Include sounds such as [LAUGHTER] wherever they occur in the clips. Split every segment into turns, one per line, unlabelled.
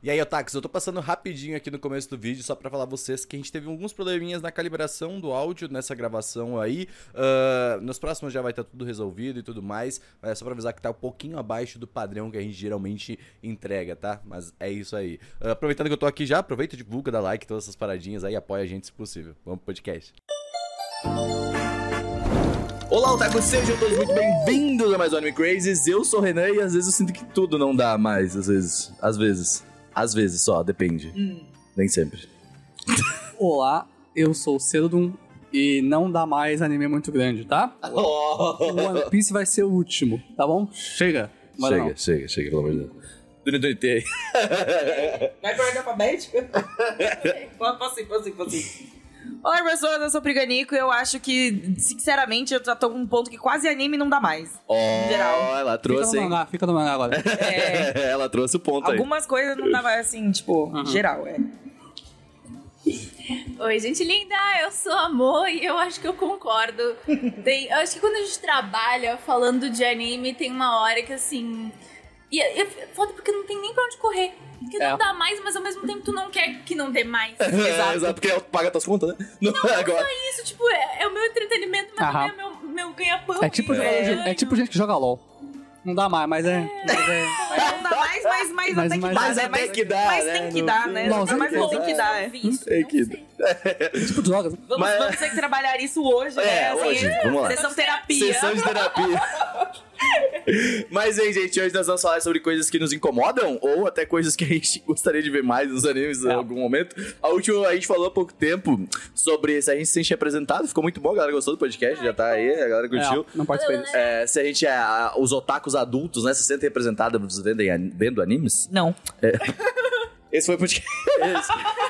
E aí, Otax, eu tô passando rapidinho aqui no começo do vídeo só pra falar a vocês que a gente teve alguns probleminhas na calibração do áudio nessa gravação aí. Ah, nos próximos já vai estar tudo resolvido e tudo mais, mas é só pra avisar que tá um pouquinho abaixo do padrão que a gente geralmente entrega, tá? Mas é isso aí. Ah, aproveitando que eu tô aqui já, aproveita, divulga, dá like, todas essas paradinhas aí, apoia a gente se possível. Vamos pro podcast. Olá, Otaku, sejam todos muito bem-vindos a mais um Anime Crazes. Eu sou o Renan e às vezes eu sinto que tudo não dá mais, às vezes. Às vezes. Às vezes só, depende. Nem sempre.
Olá, eu sou o Cerodum e não dá mais anime muito grande, tá? O One Piece vai ser o último, tá bom? Chega. Mas
chega, chega, chega, pelo amor de Deus. Duni Duni T.
Vai por ordem
[LAUGHS]
alfabética? Passei, passei, passei.
Oi, pessoas, eu sou o Priganico e eu acho que, sinceramente, eu já tô com um ponto que quase anime não dá mais.
Ó,
Geral.
ela
Fica
trouxe,
no
hein?
mangá, fica no mangá agora.
[LAUGHS]
É,
ela trouxe o ponto aí.
algumas coisas não dava assim, tipo,
Uhum.
geral, é.
Oi, gente linda, eu sou a Mo e eu acho que
[LAUGHS]
eu concordo. Tem, eu acho que quando a gente trabalha falando de anime, tem uma hora que assim. E é, é foda porque não tem nem pra onde correr. Porque
É.
não dá mais, mas ao mesmo tempo tu não quer que não dê mais.
[LAUGHS]
[LAUGHS] É, Exato, porque ela paga tuas contas, né? Não, agora.
É isso, tipo, é, é o meu entretenimento, mas
Aham.
também é o meu, meu ganha-pão.
É tipo,
e
jogador de-
ganho.
é tipo gente que joga LOL. Não dá mais, mas é. Mas é
Mas não dá mais, mas, mas,
Mas-
até
mas-
que dá,
mas
né?
até que dá,
Mas
né?
tem que
No
dar,
fim.
né?
Não,
Mas
sempre
não
dá.
tem que dar, é.
Hum,
Visto,
É
não
que-
sei.
tipo drogas.
Vamos,
Mas-
vamos ter que trabalhar isso hoje, né?
É, hoje, vamos lá.
Sessão terapia.
Sessão de terapia. Mas, hein, gente, hoje nós vamos falar sobre coisas que nos incomodam ou até coisas que a gente [LAUGHS] gostaria de ver mais nos animes em
É.
algum momento. A última, a gente falou há pouco tempo sobre se a gente se tinha apresentado, ficou muito bom, a galera gostou do podcast, já tá aí, a galera curtiu.
É, não participei disso.
É, se a gente é a- os otakus adultos, né, se sentem representados vendem, an- vendo animes.
Não.
Esse foi o podcast.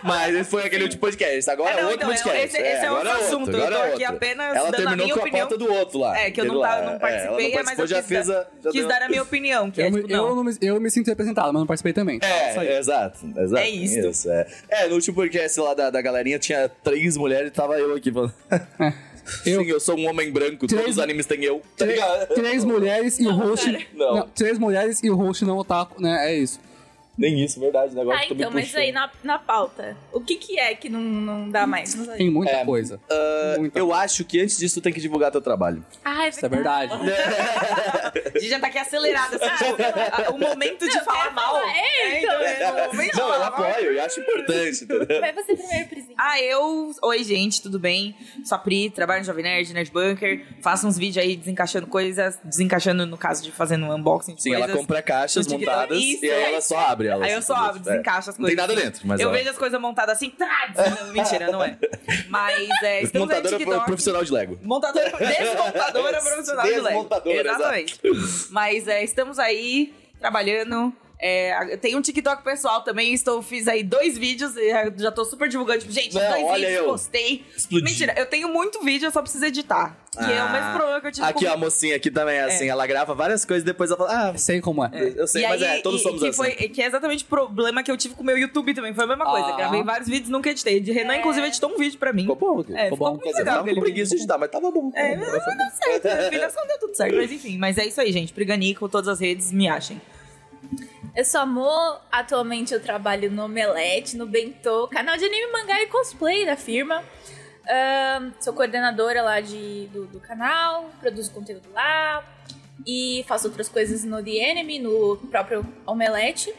Mas esse foi aquele último podcast. Agora é
não,
outro
então,
podcast.
esse, esse é
agora
outro assunto.
agora
eu
é
tô aqui
outro.
apenas
Ela
dando a
terminou
minha
com
opinião.
a pauta do outro lá.
É, que eu não
Entendeu?
tava-
É,
não
ela
participei, mas
participou,
eu
já
quis
fez
dar-
a- já
Quis
deu-
dar a minha opinião, que é
Eu, me-
tipo,
eu,
não.
não me, eu me sinto representado, mas não participei também. Isso aí.
É, exato, exato.
É isso.
é. É, no último podcast lá da, da galerinha tinha três mulheres e tava eu aqui falando. [LAUGHS]
É. Eu-
Sim, eu sou um homem branco, todos
Três-
os animes têm eu. é. Tá ligado?
Três mulheres e o host.
Não.
Três mulheres e o host não otaku, né? É isso.
Nem isso, verdade. Né?
Ah,
Agora
Tá,
que tu me
então, mas
puxou.
aí na, na pauta, o que que é que não, não dá mais? Não sei.
Tem muita
É,
coisa. muita
Eu acho que antes disso tu tem que divulgar teu trabalho.
Ah, é
Isso é verdade.
A gente já tá aqui acelerada,
[LAUGHS]
assim, tipo, a- o momento de
Eu
falar
quero
mal.
falar, é,
É,
então,
então, o momento de
tá. Não, eu
falar mal.
apoio, eu acho importante, entendeu?
Vai você primeiro, Prisinho.
Ah, eu. Oi, gente, tudo bem? Sou a Pri, trabalho no Jovem Nerd, Nerd Bunker. Faço uns vídeos aí desencaixando coisas. Desencaixando, no caso de fazendo um unboxing de
Sim,
coisas.
ela compra caixas
do TikTok.
montadas
Isso,
e aí
é
ela
isso.
só abre. Ela
Aí eu
só
só abro, desencaixo
é.
as
Não tem
coisas.
nada dentro, mas
Eu
ela...
vejo as coisas montadas assim. [LAUGHS] tá, Mentira, não
[LAUGHS]
é. Mas é. Estamos aí no
Montadora pro-
TikTok.
um profissional de Lego.
Montadora,
[LAUGHS]
desmontadora profissional de leve.
Desmontadora,
Exatamente. Mas é, estamos aí trabalhando. É, tem um TikTok pessoal também, estou, fiz aí dois vídeos, e já- já tô super divulgando. Tipo, gente,
Não,
dois
olha
vídeos,
eu.
postei.
Explodiu.
Mentira, eu tenho muito vídeo, eu só preciso editar. Que é o
Ah.
mesmo problema que eu tive
Aqui,
com
ó, a mocinha aqui também é assim, ela grava várias coisas e depois ela fala, ah,
Sei como é.
eu sei, mas é, todos
e-
somos
e que
assim.
Foi, e que é exatamente o problema que eu tive com o meu YouTube também. Foi a mesma coisa.
Ah.
Gravei vários vídeos e nunca editei. De Renan, inclusive, editou um vídeo pra mim.
É. Ficou bom, aqui.
É, ficou
bom.
muito
Quer dizer,
legal.
tava com
aquele vídeo.
preguiça de editar, mas tava bom.
É, mas não deu certo. No fim das contas, deu tudo certo. Mas enfim, mas é isso aí, gente. Priganico, todas as redes, me achem.
Eu sou a Mo, atualmente eu trabalho no Omelete, no Bentô, canal de anime, mangá e cosplay da firma. Ahn, sou coordenadora lá de, do, do canal, produzo conteúdo lá e faço outras coisas no The Enemy, no próprio Omelete.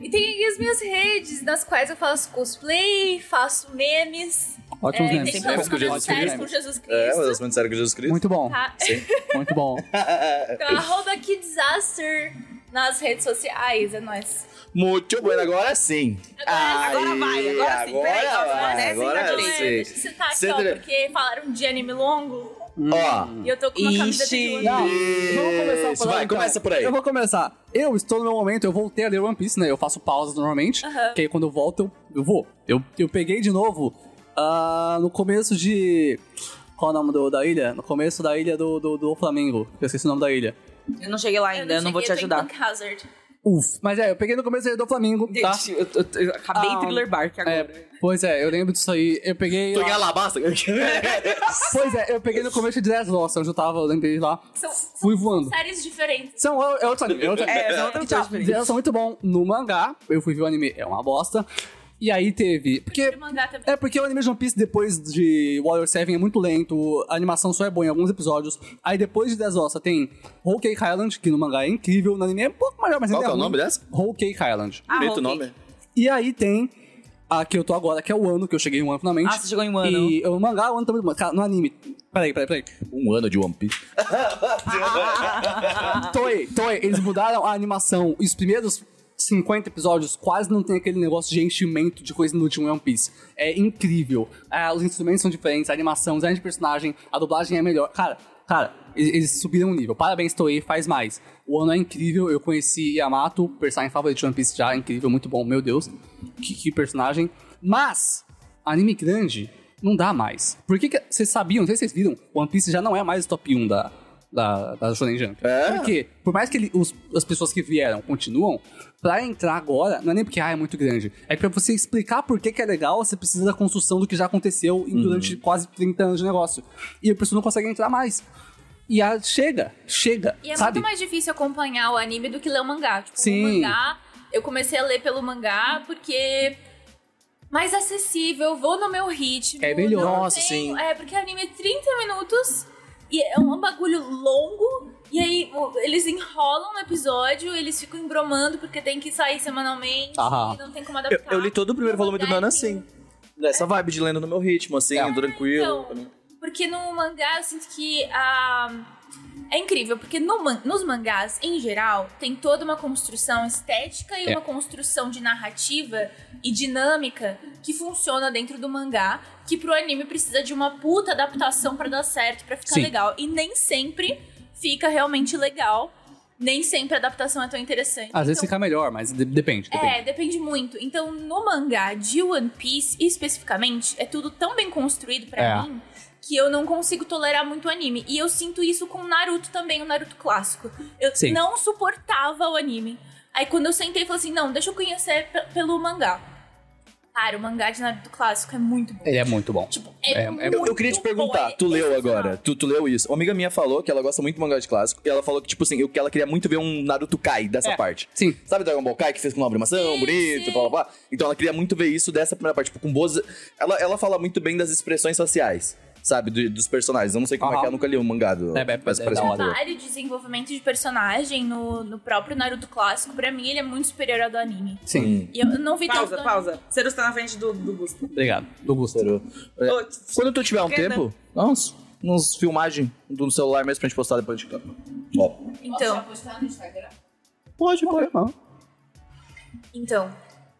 E tem as minhas redes, nas quais eu faço cosplay, faço memes.
Ótimos
é,
memes.
tem
memes com Jesus
sérios
Cristo.
com Jesus Cristo.
É, mas muito sério que Jesus Cristo.
Muito bom,
tá?
muito bom.
[LAUGHS] Então, arroba Kidsaster nas redes sociais, é nóis.
[LAUGHS] Muito bem, agora sim.
Agora vai, agora sim. tá
Agora
Peraí, nossa,
vai,
desce
agora
da
Não,
sim.
é, deixa eu sentar aqui, ó,
Senta-
porque falaram de anime longo
Ó,
e eu tô com uma
Ixi.
camisa de One
Não,
Piece.
vamos começar
Isso,
por aí,
vai,
então.
começa por aí.
Eu vou começar. Eu estou no meu momento, eu voltei a ler One Piece, né? Eu faço pausas normalmente,
Aham.
que aí quando eu volto, eu, eu vou. Eu, eu peguei de novo ah, no começo de... Qual é o nome do- da ilha? No começo da ilha do, do, do Flamengo. Eu esqueci o nome da ilha.
Eu não cheguei lá ainda, eu não vou te
cheguei, é, tô em
ajudar.
Punk Hazard.
Uf. Mas é, eu peguei no começo aí do Flamengo, tá?
Gente, eu, eu- eu acabei
Ah,
Thriller Bark
É,
agora.
pois é, eu lembro disso aí. Eu peguei.
Pegar a
[LAUGHS]
labaça.
É. Pois é, eu peguei no começo de Dress Lost, onde eu tava, eu lembrei lá.
São
Fui voando.
séries diferentes.
São é outro anime. É, outro anime.
É, são outras coisas
Tá,
diferentes.
Elas são muito bom no mangá. Eu fui ver o anime, é uma bosta. E aí teve. Porque.
O mangá também.
É porque o anime de One Piece depois de Warrior 7 é muito lento, a animação só é boa em alguns episódios. Aí depois de Desossa tem Whole Cake Island, que no mangá é incrível, no anime é um pouco melhor, mas
Qual que
ainda
é o
ruim.
nome dessa?
Whole Cake Island.
Ah,
Feito o
ok.
nome.
E aí tem a que eu tô agora, que é o ano, que eu cheguei em um ano finalmente.
Ah, você chegou em um ano.
E o mangá, o ano também. Cara, no anime. Peraí, peraí, peraí.
Um ano de One Piece.
Toei, Toei, eles mudaram a animação. E os primeiros 50 episódios quase não tem aquele negócio de enchimento de coisa inútil em One Piece. É incrível. Ah, os instrumentos são diferentes, a animação, o design de personagem, a dublagem é melhor. Cara, cara, eles, eles subiram o nível. Parabéns, Toei, faz mais. O ano é incrível, eu conheci Yamato, personagem favorito de One Piece já, incrível, muito bom, meu Deus. Que, que personagem. Mas, anime grande, não dá mais. Por que que- vocês sabiam, não sei se vocês viram, One Piece já não é mais o top 1 da, da, da Shonen Jump.
É?
Porque, por mais que ele- os- as pessoas que vieram continuam, pra entrar agora, não é nem porque ah, é muito grande. É que pra você explicar por que, que é legal, você precisa da construção do que já aconteceu em- durante quase 30 anos de negócio. E a pessoa não consegue entrar mais. E a, chega, chega,
E é
sabe?
muito mais difícil acompanhar o anime do que ler o mangá. Tipo,
Sim.
o mangá, eu comecei a ler pelo mangá porque mais acessível, vou no meu ritmo.
É melhor.
não
Nossa,
tenho-
sim.
É, porque anime é 30 minutos e é um bagulho longo. E aí o- eles enrolam no episódio, eles ficam embromando porque tem que sair semanalmente
Aham.
e não tem como adaptar. Então, é
Eu, eu li todo o primeiro volume do Nana assim. Nessa vibe de lendo no meu ritmo, assim,
É.
tranquilo.
Então, porque no mangá eu sinto que a. É incrível, porque no man- nos mangás, em geral, tem toda uma construção estética e
É.
uma construção de narrativa e dinâmica que funciona dentro do mangá, que pro anime precisa de uma puta adaptação pra dar certo, pra ficar
Sim.
legal. E nem sempre fica realmente legal, nem sempre a adaptação é tão interessante.
Às vezes
Então,
fica melhor, mas de- depende, depende.
é, depende muito. Então, no mangá de One Piece, especificamente, é tudo tão bem construído pra
É.
mim que eu não consigo tolerar muito anime. E eu sinto isso com Naruto também, o Naruto clássico. Eu
Sim.
não suportava o anime. Aí quando eu sentei, eu falei assim, não, deixa eu conhecer pe- pelo mangá. Cara, o mangá de Naruto clássico é muito bom.
Ele é muito bom.
Tipo, é,
É, é-
muito
Eu, eu queria te
bom,
perguntar,
é
tu leu
excepcional.
agora? Tu, tu leu isso? Uma amiga minha falou que ela gosta muito de mangá de clássico e ela falou que, tipo assim, eu- que ela queria muito ver um Naruto Kai dessa parte.
É, Sim.
Sabe Dragon Ball Kai que fez com uma abrimação,
Sim,
bonito,
sim.
blá blá blá? Então ela queria muito ver isso dessa primeira parte, tipo, com boas. Ela, ela fala muito bem das expressões faciais, sabe? do- dos personagens. Eu não sei como é que
Aham.
eu nunca li um mangá do.
É, é, é
mas
da
parece
hora.
muito legal.
trabalho de desenvolvimento de personagem no, no próprio Naruto clássico, pra mim, ele é muito superior ao do anime.
Sim.
E eu não vi tanto do
Pausa,
anime.
pausa. Ceru está na frente do, do Gusto.
Obrigado. Do Gusto.
É,
Ô,
Quando tu tiver um
né?
Esquerda.
tempo, dá uns, uns filmagens do celular mesmo pra gente postar depois de campo.
Então,
Pode, pode.
Então.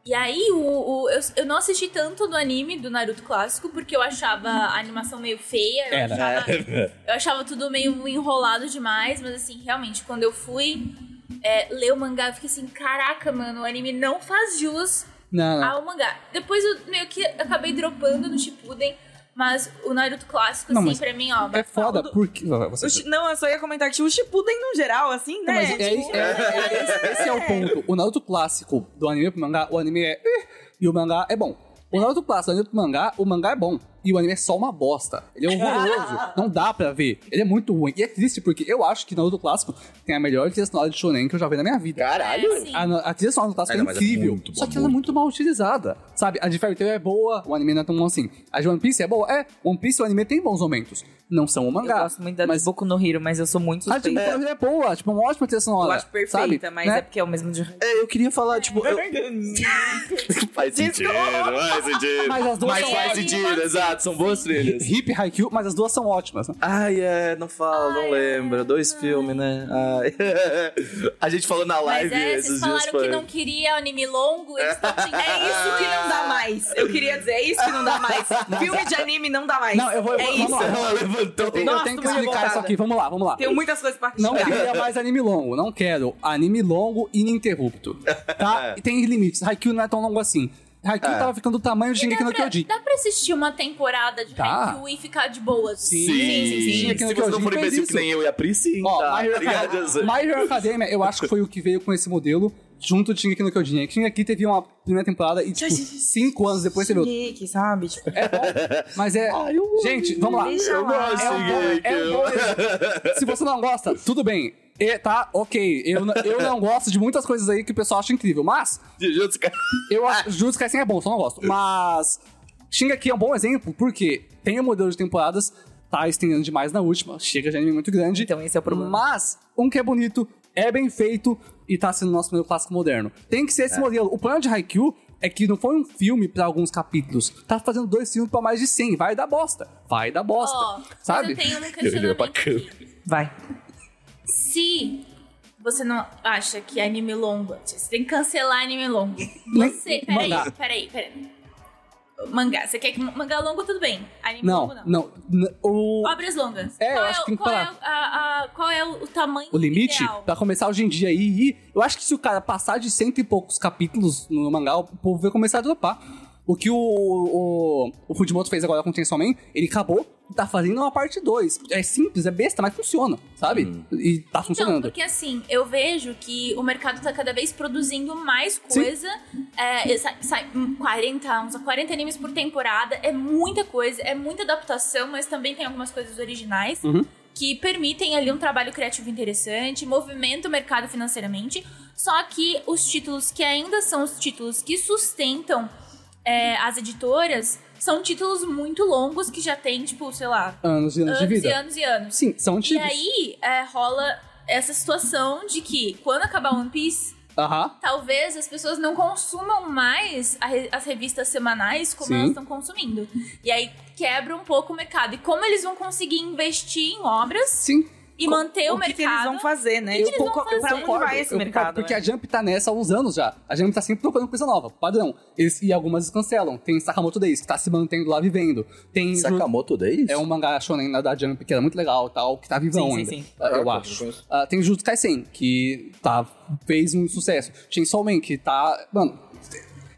E aí, o, o- eu, eu não assisti tanto do anime do Naruto clássico, porque eu achava a animação meio feia. Eu,
Era. É.
Achava, eu achava tudo meio enrolado demais, mas assim, realmente, quando eu fui é, ler o mangá, eu fiquei assim: caraca, mano, o anime não faz jus
Não, não.
ao mangá. Depois eu meio que acabei dropando no Shippuden, mas o Naruto clássico,
Não,
assim,
mas
pra mim, ó.
É foda, porque.
O
Você...
Shi- não, eu só ia comentar que o Shippuden no geral, assim,
Não,
né?
mas é,
Tipo,
é- é- é- esse- esse é o ponto. O Naruto clássico do anime pro mangá, o anime é. "Eh", E o mangá é bom. O Naruto clássico do anime pro mangá, o mangá é bom. E o anime é só uma bosta. Ele é horroroso. não dá pra ver. Ele é muito ruim. E é triste porque eu acho que Naruto clássico tem a melhor trilha sonora de shonen que eu já vi na minha vida.
Caralho!
É, sim.
A, a trilha sonora do clássico
É,
é,
não, mas é
incrível.
muito
só
boa,
que ela é
muito.
muito mal utilizada. Sabe? A de Fairy Tail é boa, o anime não é tão bom assim. A de One Piece é boa? É. One Piece o anime tem bons momentos. Não são o
Eu
mangá.
gosto muito da
mas
Boku no Hero, mas eu sou muito
a de
suspeita.
Fairy Tail é boa. Tipo, uma ótima trilha sonora.
Eu acho perfeita,
sabe?
mas
Né?
é porque é o mesmo de...
É, eu queria falar, tipo. eu- [LAUGHS] faz sentido, faz sentido.
Mas as duas
Mas
são
faz
ótimas.
sentido, exato, são boas trilhas.
Hip e Haikyuu, mas as duas são ótimas. né?
Ai, é, não fala, não
Ai,
lembra. Dois filmes, né? Ai. [LAUGHS] A gente falou na
Mas
live
é,
esses dias
vocês falaram que
foi.
não queria anime longo,
[LAUGHS]
eles estão te
É isso que não dá mais. Eu queria dizer, é isso que não
[LAUGHS]
dá mais. Filme de anime não dá mais.
Não, eu vou- eu
É
vou-
isso.
vamos lá.
[LAUGHS] Ela levantou.
Eu
Nossa,
tenho que
tô muito
explicar isso
revoltada.
aqui. Vamos lá, vamos lá.
Tenho muitas coisas pra
Não
criticar.
queria mais anime longo, não quero. Anime longo e ininterrupto.
[LAUGHS]
Tá? E tem limites. Haikyuu não é tão longo assim. Haikyuu
É.
tava ficando do tamanho de Shingeki no
Dá pra,
Kyojin.
dá pra assistir uma temporada de
Tá.
Haikyuu e ficar de boas.
Sim.
assim?
Sim,
Shingeki no
se você não
Kyojin
for
fez
imbecil que
isso.
nem eu e a Pri, sim.
Ó, é
tá?
My, Hero
Obrigado,
Academia,
Jesus.
My Hero Academia, eu acho que foi o que veio com esse modelo junto do Shingeki no Kyojin. Shingeki teve uma primeira temporada e, tipo, cinco anos depois teve outra.
Geek, sabe? Tipo,
Mas é... Gente, vamos lá.
deixa lá.
É um bom- é um bom exemplo. Se você não gosta, tudo bem. E, tá, ok. Eu, n- eu não gosto de muitas coisas aí que o pessoal acha incrível, mas
Jujutsu Kaisen.
eu acho Jujutsu Kaisen é bom, só não gosto. Mas Shingeki é um bom exemplo, porque tem um modelo de temporadas, tá estendendo demais na última, chega de anime muito grande.
Então esse é o problema.
Mas um que é bonito, é bem feito e tá sendo nosso primeiro clássico moderno. Tem que ser esse modelo. O plano de Haikyuu é que não foi um filme pra alguns capítulos. Tá fazendo dois filmes pra mais de 100. Vai dar bosta. Vai dar bosta.
Ó, mas
sabe? [LAUGHS]
eu tenho um
Eu olhei pra
questionamento.
câmera.
Vai.
Se você não acha que é anime longo, você tem que cancelar anime longo.
[LAUGHS]
Você, peraí,
Mangá.
peraí, peraí. Mangá, você quer que mangá longo, tudo bem. Anime longo,
Não,
não.
não. n- O,
Obras longas.
É, eu
qual
acho
é,
que tem que
qual é,
parar.
a- a- qual é o tamanho
o limite
ideal?
pra começar hoje em dia aí. E eu acho que se o cara passar de cento e poucos capítulos no mangá, o povo vai começar a dropar. O que o, o, o Fujimoto fez agora com o Chainsaw Man, ele acabou, tá fazendo uma parte 2. É simples, é besta, mas funciona, sabe? E tá
Não,
funcionando.
Então, porque assim, eu vejo que o mercado tá cada vez produzindo mais
Sim.
coisa. É, sai, sai um 40, uns 40 animes por temporada. É muita coisa, é muita adaptação, mas também tem algumas coisas originais
Uhum.
que permitem ali um trabalho criativo interessante, movimenta o mercado financeiramente. Só que os títulos que ainda são os títulos que sustentam é, as editoras são títulos muito longos que já tem, tipo, sei lá,
anos e anos, de
anos
vida.
e anos e anos.
Sim, são
E
antigos.
aí é, rola essa situação de que quando acabar One Piece,
Aham.
talvez as pessoas não consumam mais a re- as revistas semanais como
Sim.
elas estão consumindo. E aí quebra um pouco o mercado. E como eles vão conseguir investir em obras
Sim.
e
Co-
manter o,
o que, que eles
mercado?
vão fazer, né?
Eu
tipo,
concordo,
pra onde
concordo,
vai esse
eu
mercado?
concordo, Porque
né?
a Jump tá nessa há uns anos já. A Jump tá sempre procurando coisa nova, padrão. Eles, e algumas eles cancelam. Tem Sakamoto Days, que tá se mantendo lá vivendo. Tem.
Sakamoto Days?
É um mangá shonen da- da Jump que era muito legal e tal, que tá vivão
Sim,
ainda.
sim, sim.
Eu acho. Ah, tem Jujutsu Kaisen, que tá, fez um sucesso. Chainsaw Man, que tá... Mano,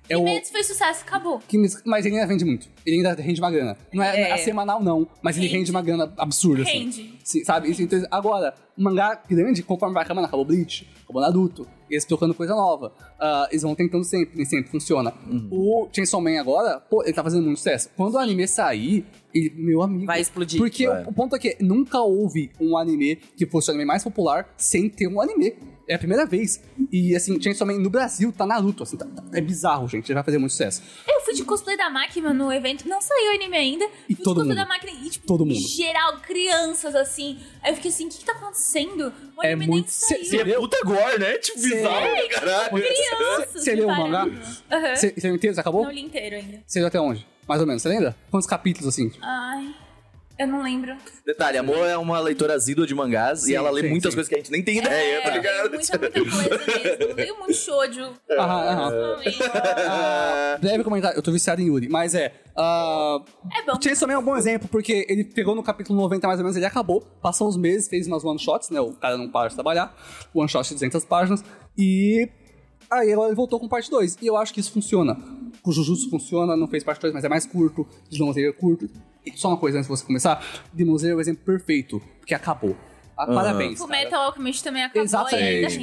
é o...
Kimetsu fez sucesso, acabou.
que me- Mas ele ainda vende muito. Ele ainda rende uma grana. Não é,
É.
a semanal, não. Mas ele
Rende.
rende uma grana absurda, assim.
Rende.
Sim, sabe? Isso, então, agora, mangá grande, conforme vai acabando, acabou Bleach, acabou Naruto, eles trocando coisa nova. Ah, eles vão tentando sempre, nem sempre funciona. O Chainsaw Man agora, pô, ele tá fazendo muito sucesso. Quando o anime sair, ele, meu amigo...
Vai explodir.
Porque
Vai.
o, o ponto é que nunca houve um anime que fosse o anime mais popular sem ter um anime. É a primeira vez. E assim, Chainsaw Man no Brasil tá Naruto, assim, tá- tá- é bizarro, gente, ele vai fazer muito sucesso.
Eu fui de cosplay da máquina no evento, não saiu anime ainda.
E
fui
todo
de
mundo.
cosplay da máquina e, tipo,
Todo mundo.
geral, crianças, assim. Aí eu fiquei assim, o que, que tá acontecendo? O
É
anime
muito-
nem saiu.
Cê-
E é puta gore, né? Tipo, bizarro, caralho.
Crianças,
Você leu o
parando.
mangá?
Aham.
Você leu inteiro? Você acabou?
Não li inteiro ainda.
Você leu até onde? Mais ou menos, você lembra? Quantos capítulos, assim?
Ai, eu não lembro.
Detalhe, a Mo é uma leitora assídua de mangás
Sim,
e ela lê
sim,
muitas
sim. É,
coisas que a gente nem tem ideia, tá
eu
ligado?
leio muita, muita coisa mesmo. Eu leio muito Ah, shoujo.
É. Aham, aham.
principalmente.
Breve comentário, eu tô viciado em Yuri, mas é. ah,
É bom.
o Chainsaw Man é um bom exemplo, porque ele pegou no capítulo 90 mais ou menos, ele acabou, passou uns meses, fez umas one shots, né? O cara não para de trabalhar, one shot de 200 páginas, e. Aí agora ele voltou com parte 2, e eu acho que isso funciona. O Jujutsu funciona, não fez parte 2, mas é mais curto, Demon Slayer é curto. E só uma coisa antes de você começar: Demon Slayer é o exemplo perfeito, porque acabou. Ah, Parabéns.
O
cara.
Metal Alchemist também acabou ainda. assim.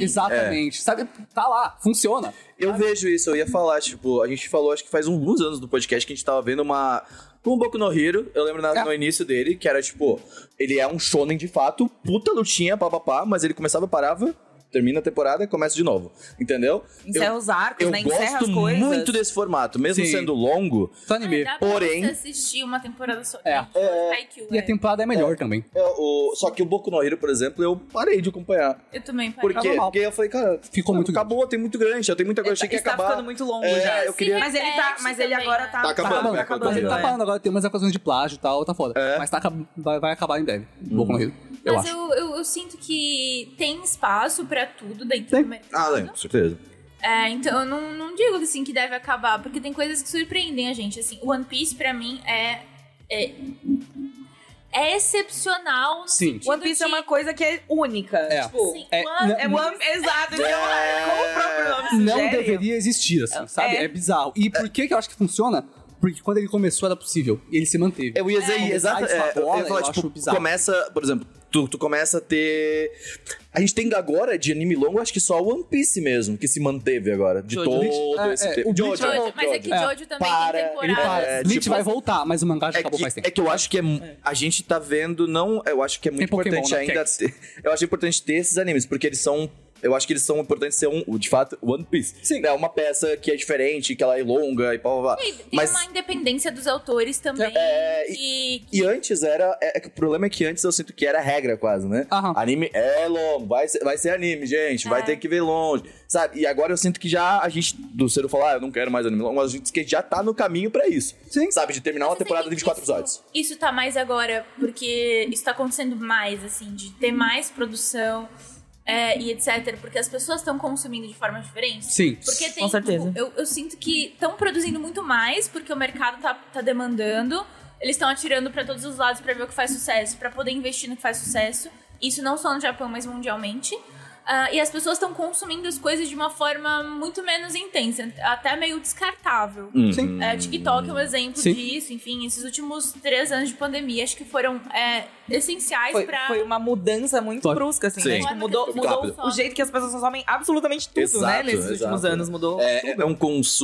Exatamente,
gente.
exatamente.
É.
Sabe, tá lá, funciona.
Eu vejo isso, eu ia falar, tipo, a gente falou, acho que faz alguns anos do podcast que a gente tava vendo uma. Com o Boku no Hero, eu lembro na-
Ah.
É.
no início dele, que era tipo, ele é um shonen de fato, puta lutinha, papapá, mas ele começava, parava, termina a temporada, começa de novo, entendeu?
Encerra
eu
os arcos,
eu
né? Encerra
gosto
as coisas.
muito desse formato, mesmo
Sim.
sendo longo,
Só Tá
Ai, tá
anime.
dá pra
Porém-
você assistir uma temporada só.
É.
É. Haikyuu,
E
é.
a temporada é melhor também.
eu- o- só que o Boku no Hero, por exemplo, eu parei de acompanhar.
Eu também
Por
parei.
quê?
normal.
Porque eu falei, cara,
Ficou muito
acabou, tem muito grande, já tem muita coisa, achei que ia
Está
acabar.
tá ficando muito longo
É,
já.
eu queria-
Mas ele tá. Mas ele
Também,
agora
né?
Tá
tá.
Tá
acabando,
acabando,
tá
mas ele tá
é.
falando agora, tem umas acusações de plágio e tal, tá foda.
É.
Mas tá, acab- vai, vai acabar em breve.
Uhum.
Boku no Hero, eu
Mas
acho.
eu, eu, eu sinto que tem espaço pra tudo dentro
Tem.
do mercado.
Ah,
né?
lembro, certeza.
É, então eu não, não digo assim que deve acabar, porque tem coisas que surpreendem a gente. Assim, One Piece pra mim é. É, é excepcional. no
Sim.
sentido
One Piece é
de-
uma coisa que é única.
É.
Tipo,
Sim,
É,
One-
não-
é One
[LAUGHS]
Exato. então, Como o próprio nome
Não
sugere.
É deveria existir, assim, sabe? É. bizarro. E por que que eu acho que funciona? porque quando ele começou era possível. E ele se manteve.
Eu ia dizer,
Começar
exato.
de
é, eu
Sabona,
ia falar,
eu
tipo,
acho bizarro.
começa, por exemplo, tu, tu começa a ter. A gente tem agora de anime longo, acho que só o One Piece mesmo, que se manteve agora. De
Jojo.
todo
É,
esse
é,
tempo.
o Bleach
Ah, Jojo,
é
Jojo, mas é que
Jojo.
Jojo também
Para,
tem
Ele
temporadas.
para.
É,
Bleach
tipo-
vai voltar, mas o mangá já
É
acabou
que,
faz tempo.
é que eu acho que é, a gente tá vendo, não. Eu acho que é muito
Pokémon,
importante
né?
ainda. ter- eu acho importante ter esses animes, porque eles são. Eu acho que eles são importantes ser um, de fato, One Piece. Sim. É uma peça que é diferente, que ela é longa e pá, pá, pá.
E Tem
Mas-
uma independência dos autores também.
É,
que,
E antes era. É, é que o problema é que antes eu sinto que era regra quase, né?
Aham.
Anime é longo, vai ser, vai ser anime, gente, vai
É.
ter que ver longe, sabe? E agora eu sinto que já a gente, do Ciro falar, ah, eu não quero mais anime longo, mas a gente que já tá no caminho pra isso,
Sim.
sabe? De terminar uma
Mas
temporada
assim,
de 24
isso-
episódios.
Isso tá mais agora, porque isso tá acontecendo mais, assim, de
Uhum.
ter mais produção é, e etc. Porque as pessoas estão consumindo de forma diferente.
Sim.
Porque tem,
Com certeza.
tipo, eu, eu sinto que estão produzindo muito mais, porque o mercado tá, tá demandando. Eles estão atirando pra todos os lados pra ver o que faz sucesso, pra poder investir no que faz sucesso. Isso não só no Japão, mas mundialmente. Ah, e as pessoas estão consumindo as coisas de uma forma muito menos intensa, até meio descartável.
Hum.
Sim.
É, TikTok é um exemplo
Sim.
disso. Enfim, esses últimos três anos de pandemia acho que foram é, essenciais
Foi,
pra.
foi um uma mudança muito
Foi.
brusca, assim,
Sim.
né? Tipo, mudou,
Muito
mudou
rápido.
o jeito que as pessoas consomem absolutamente tudo, né?
Exato,
Nesses últimos
exato.
anos mudou
É,
tudo.
é um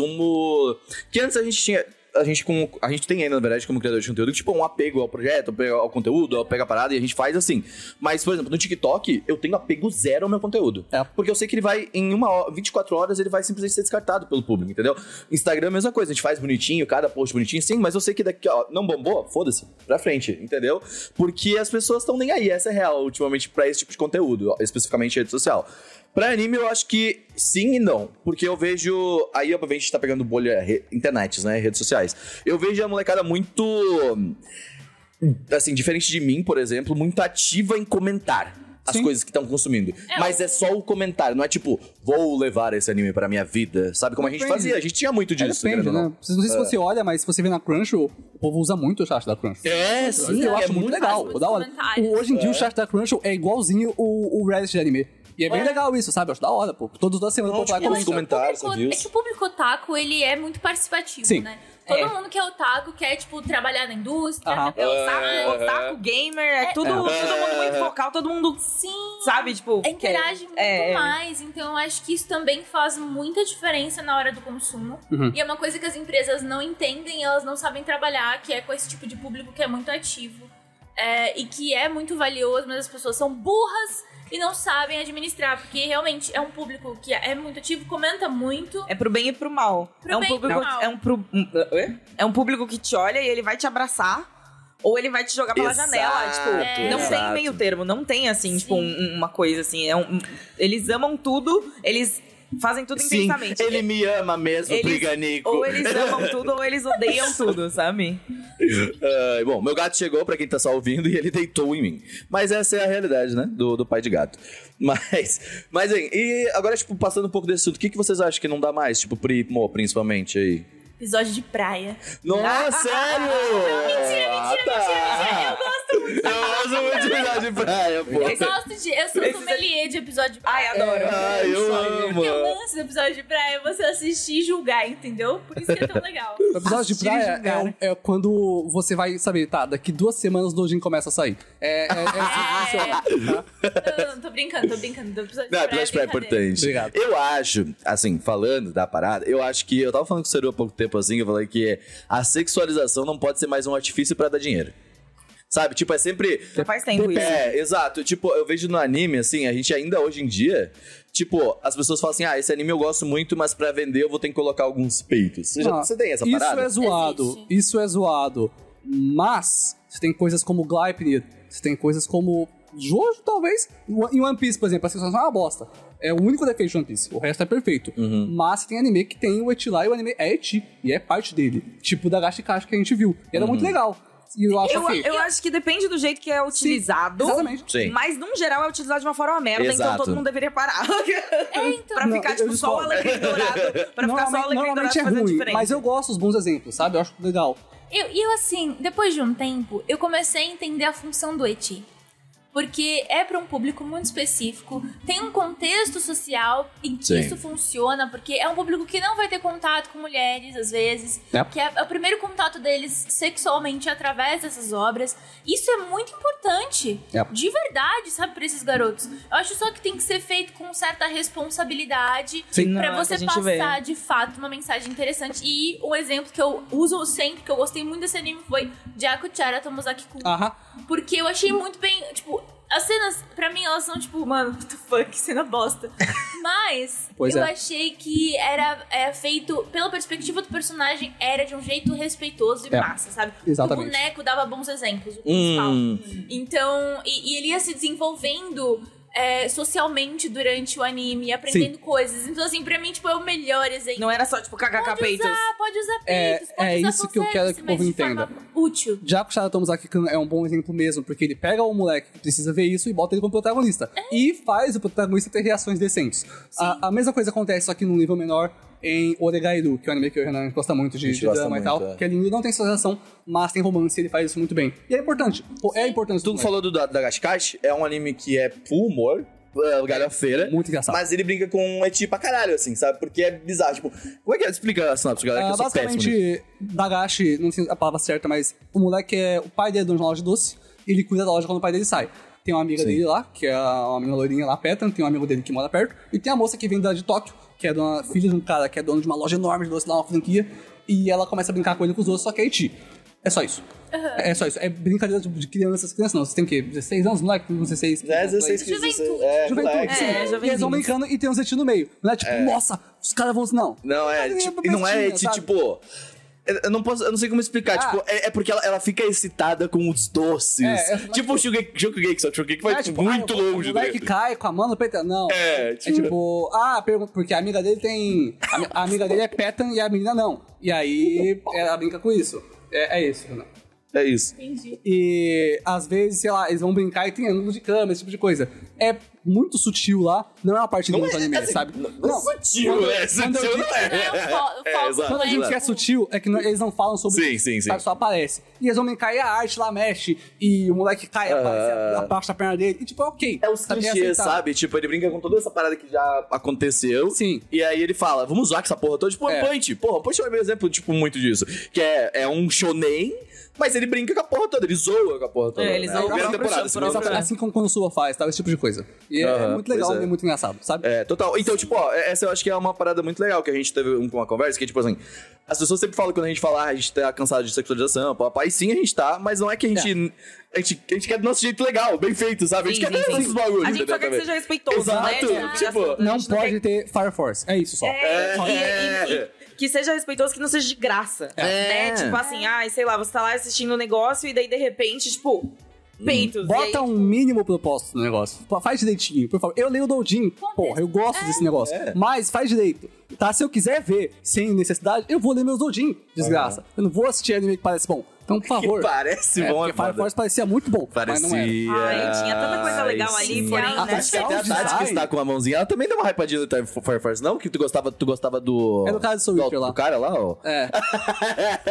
consumo que antes a gente tinha. A gente, com, a gente tem ainda, na verdade, como criador de conteúdo, tipo, um apego ao projeto, apego ao conteúdo, ao pega a parada, e a gente faz assim. Mas, por exemplo, no TikTok, eu tenho apego zero ao meu conteúdo.
É.
Porque eu sei que ele vai, em uma hora, 24 horas, ele vai simplesmente ser descartado pelo público, entendeu? Instagram é a mesma coisa, a gente faz bonitinho, cada post bonitinho, sim, mas eu sei que daqui, ó, não bombou, foda-se, pra frente, entendeu? Porque as pessoas estão nem aí, essa é real, ultimamente, pra esse tipo de conteúdo, ó, especificamente rede social. Pra anime, eu acho que sim e não. Porque eu vejo. Aí, obviamente, a gente tá pegando bolha re... internet, né? Redes sociais. Eu vejo a molecada muito. Assim, diferente de mim, por exemplo, muito ativa em comentar as
Sim.
coisas que estão consumindo.
É,
Mas
o-
é só o comentário, não é tipo, vou levar esse anime pra minha vida. Sabe como a gente
Depende.
fazia? A gente tinha muito
É,
disso,
depende,
querendo ou não.
né? Não sei se você olha, mas se você vê na Crunchyroll, o povo usa muito o chat da Crunchyroll.
É, sim,
eu
é
acho muito
muito
legal,
legal.
da hora.
Comentários.
O- Hoje em dia o chat da Crunchyroll é igualzinho o, o Reddit de anime. E é bem legal isso, sabe? Eu acho da hora, pô. Todos da semana o
Não,
povo vai
tipo, os
comentar.
comentários,
público-
reviews.
é que o público otaku, ele é muito participativo,
Sim.
né? Todo
É.
mundo que é otaku quer, tipo, trabalhar na indústria,
Aham.
quer
Otaku,
pensar,
otaku, gamer, é tudo, todo mundo
É.
muito focal, todo mundo
sim,
sabe, tipo... quer-
interage muito
é, é.
mais. Então, eu acho que isso também faz muita diferença na hora do consumo.
Uhum.
E é uma coisa que as empresas não entendem, elas não sabem trabalhar, que é com esse tipo de público que é muito ativo. é, e que é muito valioso, mas as pessoas são burras e não sabem administrar. Porque realmente é um público que é muito ativo, comenta muito.
É pro bem e pro mal.
Pro
é um
bem e pro
público,
mal.
É um, pro- um- é? É um público que te olha e ele vai te abraçar ou ele vai te jogar pela
Exato,
janela. Tipo,
É.
não tem
exato.
meio termo, não tem assim, tipo,
Sim.
um- uma coisa assim. É um- um- eles amam tudo, eles fazem tudo
Sim,
intensamente.
ele é me ama mesmo,
Eles-
Priganico.
Ou
[LAUGHS]
eles amam tudo ou eles odeiam tudo, sabe?
Ah, bom, meu gato chegou, pra quem tá só ouvindo, e ele deitou em mim. Mas essa é a realidade, né? Do, do pai de gato. [LAUGHS] Mas, mas, hein, e agora, tipo, passando um pouco desse assunto, o que, que vocês acham que não dá mais? Tipo, pri, mo, principalmente aí.
Episódio de praia.
Nossa, sério!
mentira,
Ah, tá. Eu gosto muito de verdade de praia, pô.
Eu gosto de. Eu sou
Esse-
sommelier de episódio de praia.
Ai, adoro.
Ah, eu amo.
Porque o lance do episódio de praia é você assistir e julgar, entendeu? Por isso que é
[LAUGHS]
tão legal.
O episódio de
Assistir
praia
e
é,
julgar,
o- é quando você vai saber, tá, daqui duas semanas o Dojin começa a sair. É, é, é assim que funciona.
Não, não, não, tô brincando, tô brincando. Do episódio
Não,
de praia,
episódio de praia é
brincadeira.
importante.
Obrigado.
Eu acho, assim, falando da parada, eu acho que. Eu tava falando com o Seru há pouco tempo assim, eu falei que a sexualização não pode ser mais um artifício pra dar dinheiro. Sabe? Tipo, é sempre.
Já faz tempo isso.
É, exato. Tipo, eu vejo no anime, assim, a gente ainda hoje em dia. Tipo, as pessoas falam assim: ah, esse anime eu gosto muito, mas pra vender eu vou ter que colocar alguns peitos. Você, já-
Ah,
você tem essa
isso
parada?
é zoado,
Existe.
isso é zoado. Mas você tem coisas como Gleipnir, você tem coisas como Jojo, talvez. Em One Piece, por exemplo, as pessoas são uma bosta. É o único defeito de One Piece, o resto é perfeito.
Uhum.
Mas tem anime que tem o Eti lá e o anime é Eti, e é parte dele. Tipo da Gashikashi que a gente viu. E era muito
Uhum.
legal. E eu acho assim,
Eu,
que.
eu acho que depende do jeito que é utilizado.
Exatamente.
Sim.
Mas, num geral, é utilizado de uma forma merda, então
Exato.
todo mundo deveria parar. [LAUGHS]
É, então.
pra
Não,
ficar,
eu
tipo, só o
discordo.
alecrim dourado. Pra ficar só o
Normalmente,
alecrim dourado
normalmente é
fazendo
ruim,
diferença.
mas eu gosto dos bons exemplos, sabe? Eu acho legal.
Eu, e eu, assim, depois de um tempo, eu comecei a entender a função do Eti. porque é pra um público muito específico, tem um contexto social em que
Sim.
isso funciona, porque é um público que não vai ter contato com mulheres, às vezes,
É.
que é, é o primeiro contato deles sexualmente através dessas obras. Isso é muito importante,
É.
de verdade, sabe, pra esses garotos. Eu acho só que tem que ser feito com certa responsabilidade
Sim.
Não,
pra
é o que
você
a gente
passar
vê.
de fato uma mensagem interessante. E um exemplo que eu uso sempre, que eu gostei muito desse anime, foi Jakuchara Tomozaki-kun.
Aham.
Porque eu achei muito bem, tipo, as cenas, pra mim, elas são tipo, mano, [LAUGHS] what the fuck, cena
[LAUGHS]
bosta. Mas
Pois
eu
é.
achei que era é, feito, pela perspectiva do personagem, era de um jeito respeitoso e
É.
massa, sabe?
Exatamente.
O boneco dava bons exemplos, o principal.
Hum,
Então, e, e ele ia se desenvolvendo é, socialmente durante o anime, aprendendo coisas. Então, assim, pra mim, tipo, é o melhor exemplo.
Não era só, tipo, kkk peitos.
Ah, pode usar
É-
peitos, pode
é
usar
isso que eu quero que o
fanservice, mas
povo
de forma Útil.
Já que o Shara Tomozaki-kun é um bom exemplo mesmo, porque ele pega o moleque que precisa ver isso e bota ele como protagonista. E faz o protagonista ter reações decentes. A, a mesma coisa acontece, só que num nível menor, em Oregairu, que é um anime que o Renan gosta muito de,
A gente
de
gosta
drama e
muito,
tal.
é.
Que ele não tem reação, mas tem romance e ele faz isso muito bem. E é importante. Pô, é importante.
tu
isso,
falou do da, da Gashkash, é um anime que é full humor, uh, galhofeira.
Muito engraçado.
Mas ele brinca com eti pra caralho, assim, sabe? Porque é bizarro. Tipo, como é que é? Explica a sinopse, galera, que
Ah,
eu sou péssimo. nisso.
basicamente, Dagashi, não sei a palavra é certa, mas o moleque é. O pai dele é dono de uma loja de doce, e ele cuida da loja quando o pai dele sai. Tem uma amiga
Sim.
dele lá, que é uma menina loirinha lá, Petan, tem um amigo dele que mora perto, e tem a moça que vem da de Tóquio, que é dona, filha de um cara que é dono de uma loja enorme de doce lá, uma franquia, e ela começa a brincar com ele e com os doces, só que é Iti. É só isso. É só isso. É brincadeira tipo, de crianças, crianças não. Você tem o quê? 16 anos, moleque? 16?
É, 16,
por aí.
16, é,
Juventude,
moleque.
sim. e
É,
eles vão
jovenzinhos.
brincando e tem um zetinho no meio. Não é tipo, nossa, os caras vão. Não.
Não, é,
Mas
tipo,
é
e não é,
bestinha,
ti-
sabe?
tipo. Eu eu não, posso, eu não sei como explicar.
Ah.
Tipo, é, é porque ela, ela fica excitada com os doces.
É, é, mas
tipo o Shugeki, só que o Shugeki vai
É,
tipo,
ah,
muito
o-
longe.
O
tá
moleque
ligado?
cai com a mão no peito. Não.
É,
É
tipo,
tipo, ah, pergunta, porque a amiga dele tem. A, mi- a amiga dele é Petan e a menina não. E aí ela brinca com isso. É, é isso, Renan.
é isso.
Entendi.
E às vezes, sei lá, eles vão brincar e tem ângulo de câmera, esse tipo de coisa. É muito sutil lá, não é uma parte do
Não é-
dos animes,
assim,
sabe? Não,
[LAUGHS] Sutil,
quando-
é,
quando eu
sutil não é.
digo- Não, fo-
É,
foco
exato,
não
Quando a gente
exato.
quer sutil, é que não- eles não falam sobre
Sim,
isso,
sim, sim.
sabe? Só aparece. E eles vão brincar e a arte lá mexe, e o moleque cai, aparece, abaixa a perna dele, e tipo, é ok.
Ah. É os
sabe? É
clichês,
aceitável.
sabe? Tipo, ele brinca com toda essa parada que já aconteceu.
Sim.
E aí ele fala, vamos usar com essa porra toda. Tipo,
É.
é. Punch. Porra, Punch é um exemplo, tipo, muito disso. Que é, é um shonen, mas ele brinca com a porra toda. Ele zoa com a porra toda.
É, ele
né?
zoa
A primeira
com a
temporada.
própria-
segunda
própria-
Exato, assim como quando o Sua faz, tal, esse tipo de coisa. E é- é
Aham,
muito legal
pois é.
e muito engraçado, sabe?
É, total. Então, tipo, ó, essa eu acho que é uma parada muito legal que a gente teve um- uma conversa, que, tipo assim, as pessoas sempre falam quando a gente fala, ah, a gente tá cansado de sexualização, papai, sim, a gente tá, mas não é que a gente. A gente, a gente quer do nosso jeito legal, bem feito, sabe? A gente
Sim,
quer
sim,
ter
sim.
esses bagulhos,
A gente só
entendeu?
quer que
Também.
seja respeitoso, né?
Exato, tipo,
assunto, a
Não
gente
pode
tem-
ter Fire Force, é isso só.
É,
É.
e- e- e que seja respeitoso, que não seja de graça.
É.
Né? Tipo assim, ai, sei lá, você tá lá assistindo um negócio e daí de repente, tipo, peitos. e aí-
Hum. Bota um mínimo propósito no negócio. Pô, Faz direitinho, por favor. Eu leio o Doujin. Porra, eu gosto
é.
desse negócio.
É.
Mas faz direito. Tá? Se eu quiser ver sem necessidade, eu vou ler meus Doujin, desgraça. Eu não vou assistir anime que parece bom. Então, por favor.
Que parece
É,
bom,
porque
é
Fire
foda.
Force parecia muito bom,
Parecia.
mas não era.
Ai, tinha tanta coisa legal ali,
Sim.
porém,
Ah,
A
né?
Tati, até a Tati
Design.
que está com a mãozinha, ela também deu uma hypadinha do Time for Fire Force, não? Que tu gostava, tu gostava do.
É do cara do Soul Reaper lá.
Do cara lá, ó.
É.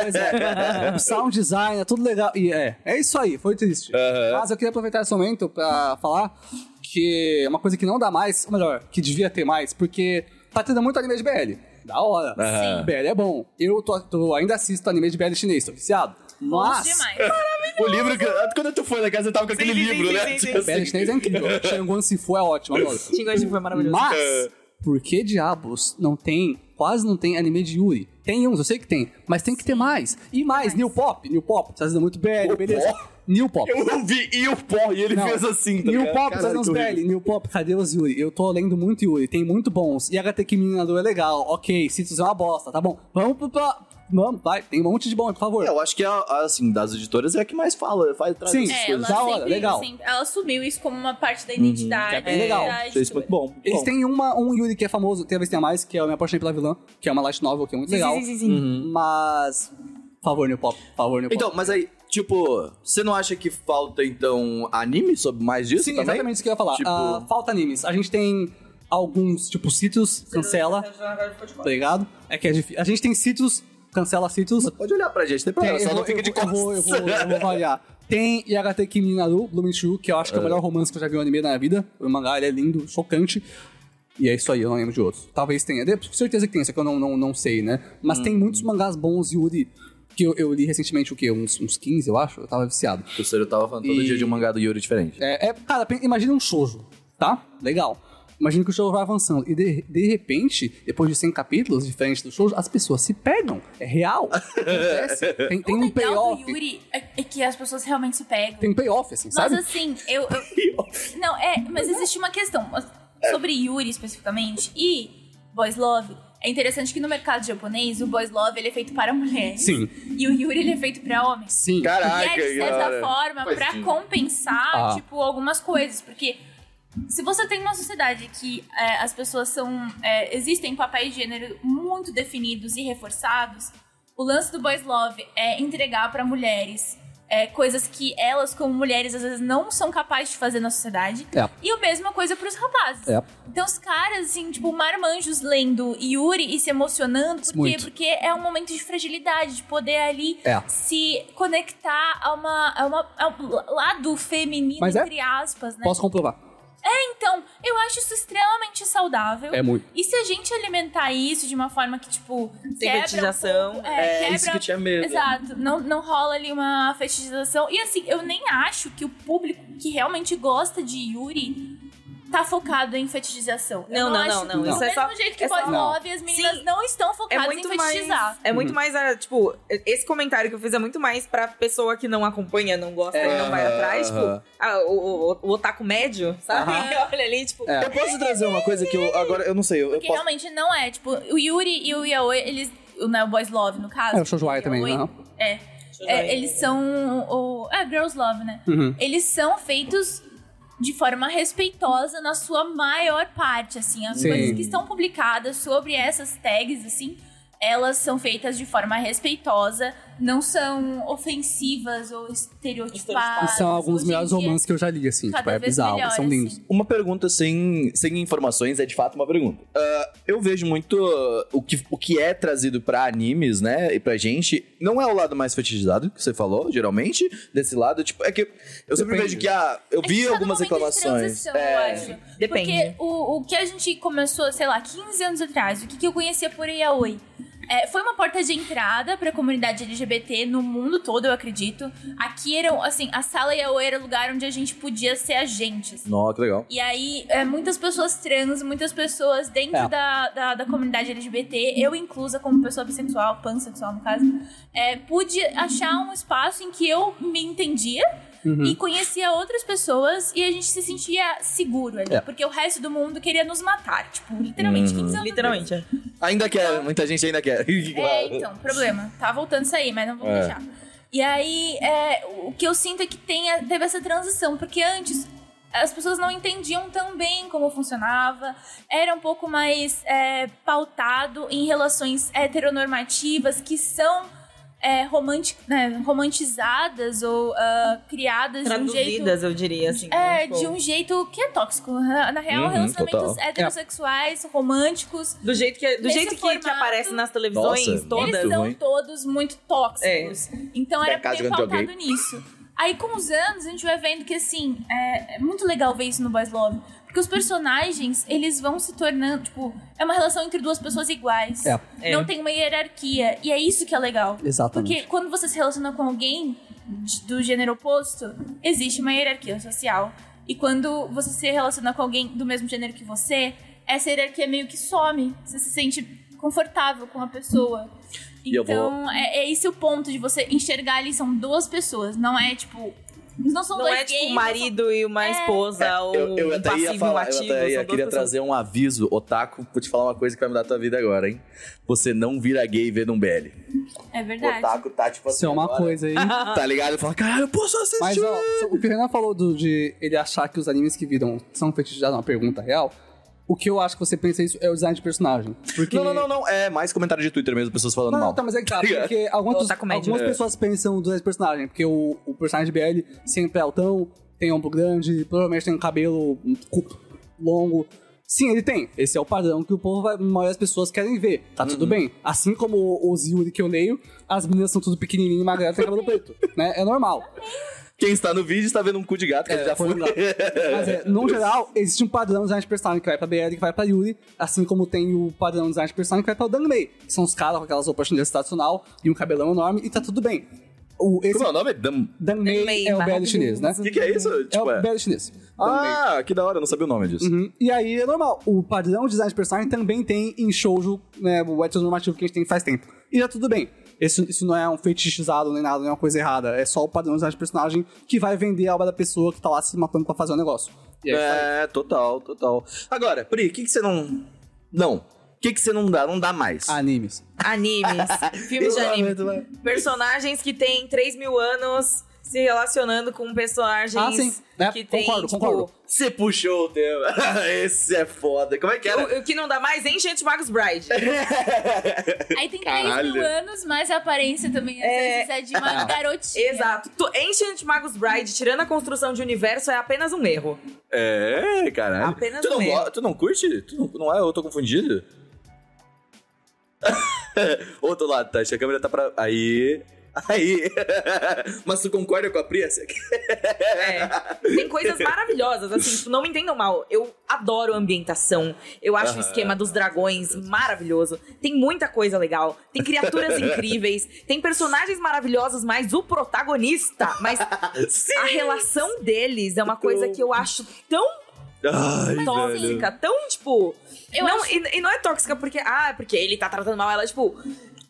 Pois é. O [LAUGHS] sound design, é tudo legal. E é, é isso aí, foi triste. Mas eu queria aproveitar esse momento pra falar que é uma coisa que não dá mais, ou melhor, que devia ter mais, porque tá tendo muito anime de BL. Da hora.
Aham. Sim.
BL é bom. Eu tô, tô- ainda assisto anime de BL chinês, tô viciado.
Bons
Mas.
demais.
O livro, que, quando tu foi na casa, eu tava com aquele
sim,
livro,
sim,
né?
sim, sim.
Tipo assim.
BL chinês é [LAUGHS] incrível. Shangon Sifu é ótimo, adoro.
Xinguagem foi maravilhoso.
É.
Mas, por que diabos não tem, quase não tem anime de Yuri? Tem uns, eu sei que tem, mas tem que ter mais. E mais, New Pop, New Pop, tá fazendo muito BL, beleza.
Pop?
New Pop.
Eu ouvi e o pó, e ele
Não.
fez assim, tá
New
ligado?
Pop, tá
Caralho,
nos
que horrível.
BL, New Pop, cadê os Yuri? Eu tô lendo muito Yuri, tem muito bons. E HT que Minador é legal, ok, Citrus é uma bosta, tá bom. Vamos pro... pro- Vamos, vai, tem um monte de bom, por favor.
É, Eu acho que, a- a, assim, das editoras é a que mais fala, faz traz
Sim.
essas
É,
coisas.
ela,
da hora,
sempre,
legal.
sempre- ela assumiu isso como uma parte da identidade. né? Tipo,
que é bem legal.
da
Achei isso
editora.
muito bom. muito
Eles
bom.
têm uma, um Yuri que é famoso, talvez tenha mais, que é o Me Apaixonei Pela Vilã, que é uma light novel, que é muito legal.
sim, sim, sim.
Mas... Por favor, New Pop, por favor, New Pop.
Então, mas aí, tipo, você não acha que falta, então, anime sobre mais disso
Sim,
também?
exatamente isso que eu ia falar.
Tipo-
Ah, falta animes. A gente tem alguns, tipo, sítios, cancela, tá ligado? É que é difícil. A gente tem sítios, cancela sítios.
Pode olhar pra gente, tem
Tem-
problema, só
eu
não
vou-
fica de
eu vou- eu vou, eu vou, eu vou variar. Tem Yagate Kimi Naru, Blooming True, que eu acho que é o melhor romance que eu já vi no anime na minha vida. O mangá, ele é lindo, chocante. E é isso aí, eu não lembro de outros. Talvez tenha, de- com certeza que tem, só que eu não, não, não sei, né? Mas tem muitos mangás bons, Yuri, que eu, eu li recentemente, o quê? Uns, uns 15, eu acho? Eu tava viciado.
[LAUGHS] O Ciro tava falando todo
E-
dia de um mangá do Yuri diferente.
É, é- cara, pen- imagina um shoujo, tá? Legal. Imagina que o shoujo vai avançando. E de, de repente, depois de 100 capítulos diferentes do shoujo, as pessoas se pegam. É
[LAUGHS]
real. Acontece. Tem, tem
o
um
legal do
payoff.
Yuri é, é que as pessoas realmente se pegam.
Tem um payoff, assim,
Mas
sabe?
assim, eu.
[LAUGHS]
eu- não, é, mas existe uma questão mas
É.
sobre Yuri especificamente e Boys Love. É interessante que no mercado japonês, o Boys Love ele é feito para mulheres.
Sim.
E o Yuri ele é feito para homens.
Sim.
e é, de certa forma,
Faz
pra
sentido.
compensar,
Ah.
tipo, algumas coisas. Porque se você tem uma sociedade que é, as pessoas são... é, existem papéis de gênero muito definidos e reforçados, o lance do boys love é entregar pra mulheres é, coisas que elas, como mulheres, às vezes não são capazes de fazer na sociedade.
É.
E a mesma coisa pros rapazes.
É.
Então os caras, assim, tipo, marmanjos lendo Yuri e se emocionando. Por quê?
Muito.
Porque é um momento de fragilidade, de poder ali
É.
se conectar a, uma, a, uma, a um lado feminino,
Mas é?
entre aspas, né?
Posso comprovar.
Então, eu acho isso extremamente saudável.
É muito.
E se a gente alimentar isso de uma forma que, tipo,
Tem
quebra...
fetichização.
É, quebra...
isso que eu tinha medo.
Exato, não, não rola ali uma fetichização. E assim, eu nem acho que o público que realmente gosta de Yuri tá focado em fetichização. Eu
Não, não,
acho
não, não,
Do
isso
é
mesmo
só-
jeito que
é só-
Boys
Não.
Love, as meninas
Sim.
não estão
É
focadas
muito
em
mais.
fetichizar.
É
Uhum.
muito mais. ah, Tipo, esse comentário que eu fiz é muito mais pra pessoa que não acompanha, não gosta e não vai
É,
atrás. Tipo, ah, o, o, o otaku médio, sabe? [LAUGHS] Olha ali, tipo.
É.
Eu posso trazer uma coisa que eu agora eu não sei, eu, eu
Porque
posso
realmente não é. Tipo, o Yuri e o Yaoi, eles. O né, o Boys Love, no caso.
É, o Shoujo Ai também,
Yaoi,
aham.
É. É, eles são. O, o- é, Girls Love, né?
Uhum.
Eles são feitos de forma respeitosa na sua maior parte, assim. As
Sim.
coisas que estão publicadas sobre essas tags, assim, elas são feitas de forma respeitosa, não são ofensivas ou
E
estereotipadas.
são alguns
Ah, Hoje em
melhores
dia,
romances que eu já li, assim.
cada
Tipo, é
vez
bizarro.
melhor,
são
assim.
lindos.
Uma pergunta sem, sem informações é de fato uma pergunta. Ah, eu vejo muito ah, o, que, o que é trazido pra animes, né? E pra gente. Não é o lado mais fetichizado que você falou, geralmente. Desse lado, tipo, é que eu sempre
Depende.
vejo que ah, eu
É que
vi
tá no
algumas
momento de
reclamações.
transição,
É,
eu acho.
Depende.
Porque o, o que a gente começou, sei lá, 15 anos atrás, o que, que eu conhecia por Yaoi? É, foi uma porta de entrada pra comunidade LGBT no mundo todo, eu acredito. Aqui era, assim, a sala Yaoi era o lugar onde a gente podia ser a gente. assim.
Nossa, que legal.
E aí, é, muitas pessoas trans, muitas pessoas dentro
É.
da, da, da comunidade LGBT, eu inclusa como pessoa bissexual, pansexual no caso, é, pude achar um espaço em que eu me entendia
Uhum.
e conhecia outras pessoas e a gente se sentia seguro ali.
É. Uhum.
Porque o resto do mundo queria nos matar, tipo, literalmente, 15 anos
Literalmente, é.
Ainda quer, muita gente ainda quer.
Então-
[LAUGHS]
é, então, problema. Tá voltando isso aí, mas não vou
É.
deixar. E aí, é, o que eu sinto é que tem, a- teve essa transição, porque antes as pessoas não entendiam tão bem como funcionava, era um pouco mais é, pautado em relações heteronormativas que são é, romanti- né, romantizadas ou ah, criadas de um jeito
Traduzidas, eu diria, assim. né?
é,
Tipo,
de um jeito que é tóxico. Na na real,
Uhum,
relacionamentos
total.
heterossexuais, românticos,
Do jeito que, do
Nesse
jeito que, que
formato-
aparece nas televisões
Nossa,
todas.
eles são
ruim.
todos muito tóxicos. Então era
Mercado
meio
de
pautado
gay.
nisso. Aí com os anos a gente vai vendo que assim, é, é muito legal ver isso no Boys Love. Porque os personagens, eles vão se tornando, tipo, é uma relação entre duas pessoas iguais.
É.
É.
Não tem uma hierarquia. E é isso que é legal.
Exatamente.
Porque quando você se relaciona com alguém de- do gênero oposto, existe uma hierarquia social. E quando você se relaciona com alguém do mesmo gênero que você, essa hierarquia meio que some. Você se sente confortável com a pessoa.
E eu vou-
Então, é, é esse o ponto de você enxergar ali, são duas pessoas, não é tipo. Não são
Não
dois
é tipo
gays,
o
não são-
marido e uma esposa, ou
É, Eu, eu
um
até
passivo
ia
e um
falar, eu
ativo.
até ia,
são
queria
duas pessoas.
trazer um aviso, Otaku, vou te falar uma coisa que vai mudar a tua vida agora, hein? Você não vira gay vendo um BL.
É
O
verdade.
Otaku tá tipo assim.
Isso é uma
agora,
[LAUGHS]
coisa aí.
Tá ligado? Eu falo, caralho, eu posso assistir.
Mas, ó, o que o Renan falou do- de ele achar que os animes que viram são fetichizados, é uma pergunta real. O que eu acho que você pensa isso é o design de personagem. Porque...
Não, não, não, não. É mais comentário de Twitter mesmo, pessoas falando
Não,
mal.
tá, mas é que
ligado?
tá,
[LAUGHS]
porque algumas,
Ou tá comédia.
algumas
É.
pessoas pensam do personagem, porque o, o personagem de BL sempre é altão, tem ombro grande, provavelmente tem um cabelo curto, longo. Sim, ele tem. Esse é o padrão que o povo vai, a maioria das pessoas querem ver. Tá
Uhum.
tudo bem. Assim como os Yuri que eu leio, as meninas são tudo pequenininho e magrelo tem cabelo preto, né? É normal.
Quem está no vídeo está vendo um cu de gato, que ele já foi.
É, Foi lá. Mas é, no geral, existe um padrão design de personagem que vai pra BL, que vai pra Yuri, assim como tem o padrão design de personagem que vai pra o Dangmei, que são os caras com aquelas roupas chinesas tradicional e um cabelão enorme, e tá tudo bem. O, esse
[LAUGHS] Como é o nome? Dam...
Dangmei
Dangmei,
é o BL
maravilhoso.
chinês, né?
O que, que é isso?
É
Tipo,
o
é...
BL chinês. Dangmei.
Ah, que da hora, eu não sabia o nome disso.
Uhum. E aí é normal, o padrão de design de personagem também tem em shoujo, né, o heteronormativo que a gente tem faz tempo. E tá tudo bem. Isso, isso não é um fetichizado nem nada, não é uma coisa errada. É só o padrão de design de personagem que vai vender a obra da pessoa que tá lá se matando pra fazer o negócio. E aí,
É, total, total. Agora, Pri, o que, que você não. Não. O que, que você não dá? Não dá mais.
Animes.
Animes.
[LAUGHS]
filmes de anime. Personagens que têm 3 mil anos se relacionando com personagens
Ah, sim. É,
que têm,
concordo,
tipo...
concordo.
Você puxou o tema. [LAUGHS] Esse é foda. Como é que era?
O, o que não dá mais é Enchente
[LAUGHS]
Magos Bride.
É.
Aí tem 3 mil
Caralho.
anos, mas a aparência também às
É.
vezes é de
[LAUGHS]
uma garotinha.
Exato. Tu, Ancient Magus Bride, tirando a construção de universo, é apenas um erro.
É, caralho.
Apenas
tu, não
um erro.
go- tu não curte? Tu não, não é? Eu tô confundido? [LAUGHS] Outro lado, Tati. A câmera tá pra. Aí. Aí. [LAUGHS] Mas tu concorda com a Pri? Essa-
É. Tem
[LAUGHS]
coisas maravilhosas, assim, tipo, não me entendam mal. Eu adoro a ambientação. Eu acho o esquema dos dragões maravilhoso. Tem muita coisa legal.
[LAUGHS]
Tem criaturas incríveis. Tem personagens maravilhosos, mas o protagonista. Mas a relação deles é uma coisa que eu acho tão
Ai, Então, velho.
tóxica, tão, tipo.
Eu
não,
acho-
e, e não é tóxica porque. Ah, é porque ele tá tratando mal ela, tipo.